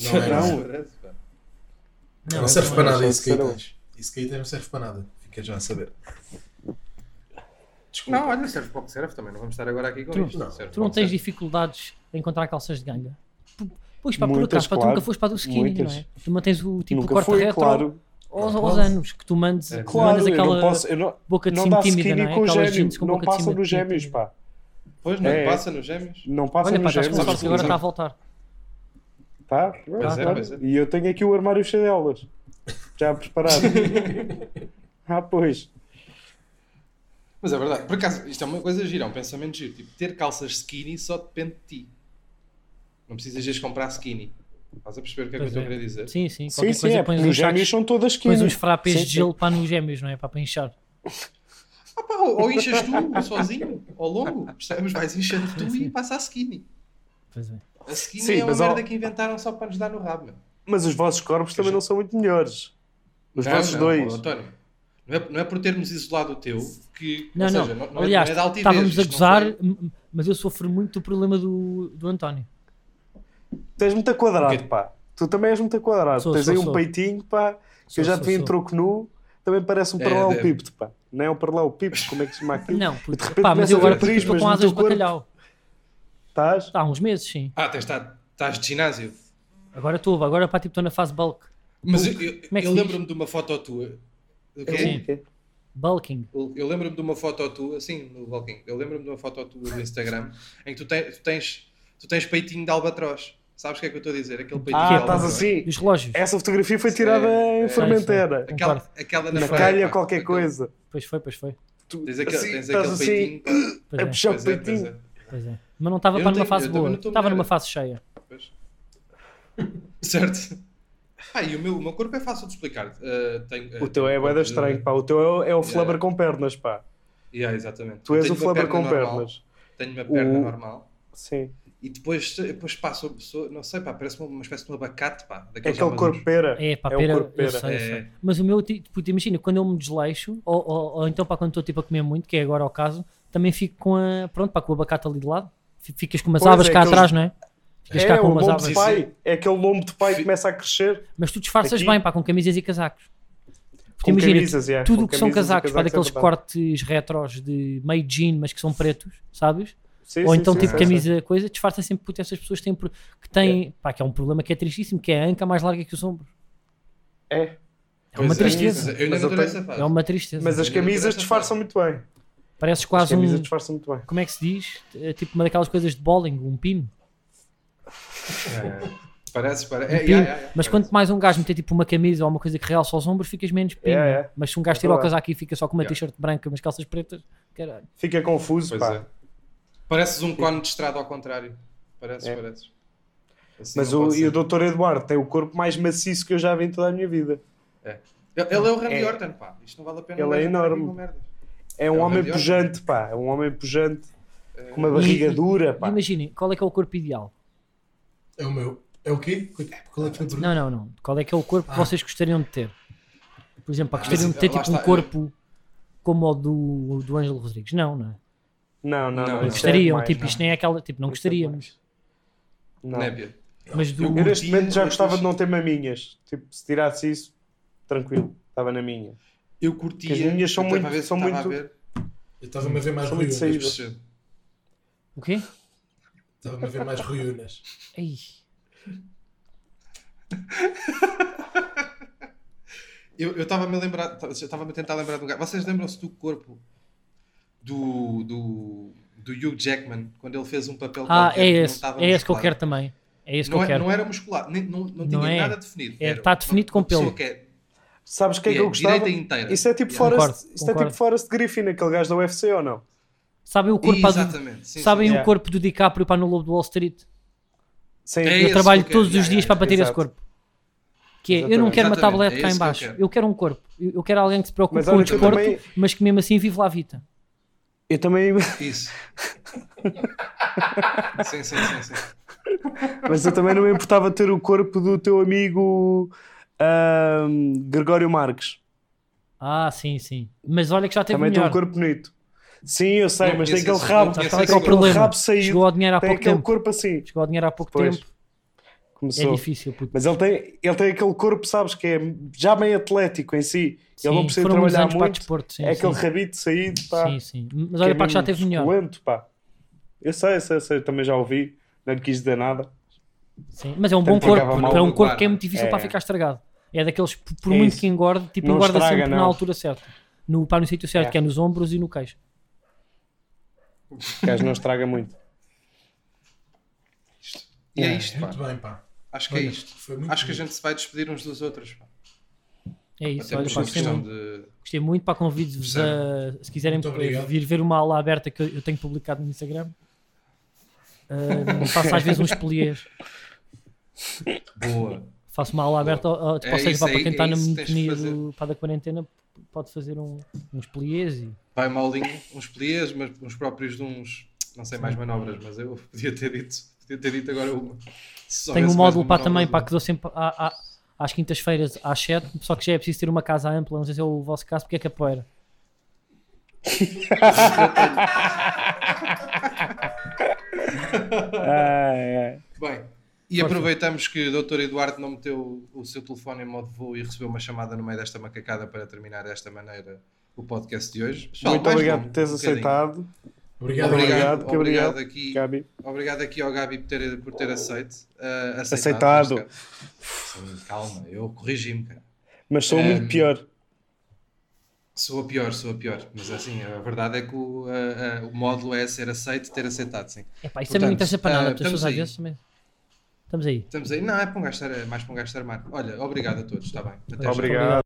Não é Não. não. Parece, pá. Não, é serve bom, para é nada só isso que ser aí um. tens. Isso que aí tens não serve para nada. Fica já a saber. Desculpa. Não, olha, serve para o que serve também. Não vamos estar agora aqui com Tu- isto. não, Serve Tu para o não que tens serve. dificuldades em encontrar calças de ganga? P- Pois pá, por Muitas, acaso, pá, tu claro. nunca foste para do skinny, não é? Muitas. Tu mantens o tipo Nunca corte foi, retro claro. aos, Não aos posso. anos, que tu mandes, É, que tu Claro, mandas eu aquela não posso. Eu não, boca de não cima dá tímida, não skinny é? com Aquelas gêmeos. jeans com Não boca de passa cima nos tímida. gêmeos, pá. Pois não, É. passa nos gêmeos. Não passa Olha, pá, nos estás com gêmeos. sorte que agora Sim. está a voltar. Tá? Pois é, Tá. pois é. E eu tenho aqui o armário cheio delas. Já <laughs> preparado. ah, pois. Mas é verdade. Por acaso, isto é uma coisa gira, é um pensamento giro. Tipo, ter calças skinny só depende de ti. Não precisas ires comprar skinny. Estás a perceber o que é que Pois eu estou é. a querer dizer? Sim, sim, Sim, qualquer sim. É, coisa porque pões nos uns gêmeos sacos, são todas skinny. pões uns frappés Sim, de gelo para nos gêmeos, não é? Pá, Para inchar. Ah pá, ou, ou inchas tu <laughs> sozinho, ao longo, percebes? Vais inchando tu e passa a skinny. Pois é. A skinny Sim, é uma mas ao- merda que inventaram só para nos dar no rabo, meu. Mas os vossos corpos também não são muito melhores. Os é. Não, vossos não, dois. ó, António, não é, não é por termos isolado o teu que. Não, ou não. seja, não, não é- Aliás, não é de altivez, estávamos a isto não gozar, foi- m- m- mas eu sofro muito do problema do, do António. Tens muito quadrado, Ok. pá. Tu também és muito quadrado. Sou, Tens sou, aí um sou. peitinho, pá, que Sou, eu já sou, te vi em sou. troco nu. Também parece um É, paralelepípedo, pá. Não é um paralelepípedo, como é que se chama aquilo? Não, de puto, repente pá, mas começa eu a ver agora prismas estou com no asas teu de corpo. bacalhau. Estás? Há uns meses, sim. Ah, tens, tá, estás de ginásio. Agora estou, agora pá, tipo, estou na fase bulk. Mas eu, eu- Como é que eu se diz? lembro-me de uma foto tua. é O quê? Sim. Bulking. Eu eu lembro-me de uma foto tua, assim, no Balquim, eu lembro-me de uma foto tua do Instagram <laughs> em que tu, te- tu tens, tu tens peitinho de albatroz. Sabes o que é que eu estou a dizer? Aquele peitinho de Ah, albatroz. estás assim. Dos relógios. Essa fotografia foi tirada É, em é. Formentera. Aquela, Concordo. aquela na, Na praia, calha pá. qualquer Aquele- coisa. Pois foi, pois foi. Tu, Tens aquele, assim, tens estás aquele assim, peitinho. pá. Pois a é, puxar o Pois é, pois peitinho. é, <laughs> pois é. Mas não estava Eu para não numa tenho- fase eu também boa. não estou Estava melhor. numa fase cheia. pois. Certo. Ah, e o meu, o meu corpo é fácil de explicar. Ah, tenho- ah, O teu é tenho- boeda estranho, pá. O teu é o, é o flubber com pernas, pá. Yeah, exatamente. Tu és Tenho o uma flubber perna com normal, pernas. Tenho uma perna O- normal. Sim. É E depois, depois passa uma pessoa, não sei, pá, parece uma, uma espécie de um abacate, pá. É daqueles aquele amadores. corpo pera. É, pá, o pera, corpo eu pera. sei, eu É. sei. Mas o meu, ti- puto, imagina, quando eu me desleixo, ou, ou- ou então para quando estou tipo a comer muito, que é agora o caso, também fico com a, pronto, pá, com o abacate ali de lado. Fi- Ficas com umas Pois abas é, cá aqueles- atrás, não é? Ficas É, cá com o umas lombo abas. de pai. É aquele lombo de pai que Fi- começa a crescer. Mas tu disfarças Aqui- bem, pá, com camisas e casacos. Porque Com imagina, camisas, yeah, tudo com o que são camisas e casacos, pá, casacos, é daqueles verdade. cortes retros de meio jean, mas que são pretos, sabes? Sim, Ou sim, então sim, tipo sim, sim. camisa, coisa, disfarça sempre puto, essas pessoas têm, pro- que têm, pá, que é um problema que é tristíssimo, que é a anca mais larga que os ombros. É. É uma Pois é, tristeza. mas Eu Mas ainda não eu estou tenho- nessa fase. É uma tristeza. Mas as Eu não quero camisas essa disfarçam muito bem. As Pareces quase um. camisas disfarçam muito bem. Como é que se diz? É tipo uma daquelas coisas de bowling, um pino. É, Parece, parece. Um É, pino. yeah, yeah, yeah, Mas parece. quanto mais um gajo meter tipo uma camisa ou uma coisa que realça os ombros, ficas menos pino. É, é. Mas se um gajo É tirar o verdade. casaco e fica só com uma Yeah. t-shirt branca e umas calças pretas, caralho. Fica confuso, Pois pá. é. Pareces É. um cone de estrada ao contrário. Pareces, É. pareces. Assim Mas não o, pode e o ser. Dr. Eduardo tem o corpo mais maciço que eu já vi em toda a minha vida. Ele ele é o Randy É. Orton, pá. Isto não vale a pena. Ele um é gajo andar aqui enorme. com merdas. É um É o homem Randy Orton. pujante, pá. É um homem pujante. Com uma E- barriga Eh, e- dura, E pá. Imaginem, qual é que é o corpo ideal? É o meu. É o quê? Qual é que foi a pergunta? Não, não, não. Qual é que é o corpo Ah. que vocês gostariam de ter? Por exemplo, pá, gostariam mas de ter lá tipo um está, corpo como o do, do Ângelo Rodrigues? Não, não. é? Não, não, Não, não. não. isto é Gostariam, demais, tipo, não. isto nem é aquela. Tipo, não Isto é gostaríamos. Não. é, Nébia. Mas do. Eu Eu neste Curtia, momento já gostava mas- de não ter maminhas. Tipo, se tirasse isso, tranquilo. Estava na minha. Eu curtia. Porque as minhas são eu estava muito- a ver- são estava a muito- ver- Eu estava-me a ver mais Sou muito ruínas. saído. percebo. O quê? Estava-me a ver mais ruínas. Ai. Eu estava-me a lembrar. Estava-me a tentar lembrar de um gajo. Vocês lembram-se do corpo do, do, do Hugh Jackman, quando ele fez um papel Ah, qualquer é não esse. estava É esse que eu musculado. quero também. É esse que não, eu é- quero. não era muscular, nem- não, não tinha Não é. nada definido. É, Era tá uma- definido com uma pessoa pelo. que é Sabes o que é que Yeah, eu gostava? direita inteira. Isso é tipo Yeah. Forrest, Concordo, isto é tipo concordo. Forrest Griffin, aquele gajo da UFC ou não? Sabem o corpo, do, Exatamente. sim, sabem sim, sim. o corpo do DiCaprio para no Lobo do Wall Street? Sim. eu É esse trabalho que eu quero. todos os Yeah, dias yeah, para bater esse exato. corpo. Que é, eu não Exatamente. quero uma Exatamente, tablete é cá esse em que eu baixo. quero. Eu quero um corpo. Eu eu quero alguém que se preocupe Mas com o olha que eu desporto, também- mas que mesmo assim vive lá a vida. Eu também, <laughs> <laughs> Isso. sim, sim, sim, sim. mas eu também não me importava ter o corpo do teu amigo ahm, Gregório Marques. Ah, sim, sim. Mas olha que já teve Também tem um melhor. corpo bonito. Sim, eu sei, Não mas tem conheço aquele esse- rabo, não tem assim. Sabe conheço esse qual é o aquele corpo. problema? rabo saído, Chegou ao dinheiro há tem pouco aquele tempo. corpo assim. Chegou ao dinheiro há pouco Pois, tempo. É Começou. difícil, puto. Mas ele tem, ele tem aquele corpo, sabes, que é já bem atlético em si. ele não Sim, precisa foram uns trabalhar anos para muito. desporto. Sim, é sim. aquele rabito saído, pá. é Sim, sim. Mas olha, pá, que já mesmo teve melhor. suculento, pá. Eu sei, eu sei, eu sei, também já ouvi. Não lhe quis dizer nada. Sim, mas é um Tanto bom pagava corpo. mal É um no corpo guarda. que é muito difícil É. para ficar estragado. É daqueles, por por É muito isso. que engorde, tipo, Não engorda estraga, sempre na não. altura certa. No, pá, no sítio certo, É. que é nos ombros e no queixo. O gajo não estraga muito. E é isto, pá. Muito bem, pá. Acho que é Olha, isto. foi muito Acho que a bonito. gente se vai despedir uns dos outros. Pá. É isso, Até olha, por pá, uma gostei questão muito. de. Gostei muito, pá, convido-vos a, se quiserem eh, Muito obrigado. vir ver uma aula aberta que eu, eu tenho publicado no Instagram. <laughs> Ah, faço às vezes uns poliês. Boa. Faço uma aula aberta, ah, tipo, É ou seja, isso, pá, é- para quem está é na isso que tens de monotonia fazer. do- pá, da quarentena, pode fazer um, uns poliês e Vai uma aulinha, uns pliés, mas uns próprios de uns. Não sei mais manobras, mas eu podia ter dito. Podia ter dito agora uma. Se Tenho um soubesse mais é? módulo uma para também, manobra, para que dou sempre à- à- às quintas-feiras às 7, só que já é preciso ter uma casa ampla, não sei se é o vosso caso, porque é capoeira. Ah, é. Bem, e aproveitamos que o Dr. Eduardo não meteu o seu telefone em modo voo e recebeu uma chamada no meio desta macacada para terminar desta maneira o podcast de hoje. Pessoal, Muito mais obrigado um por teres bocadinho. aceitado. Obrigado. Obrigado, obrigado. que obrigado. obrigado aqui, Gabi. obrigado aqui ao Gabi por ter, por ter aceito, ah, Aceitado. neste caso. Sim, calma, eu corrigi-me, cara. Mas É. sou muito pior. Sou a pior, sou a pior. Mas assim, a verdade é que o, ah, ah, o módulo é ser aceito, ter aceitado, sim. É pá, isso Portanto, também não interessa para nada, ah, as pessoas estamos às aí. vezes também. Estamos aí. Estamos aí. Não, é para um gajo estar, é mais para um gajo estar armado. Olha, obrigado a todos, está bem. Até já. Obrigado.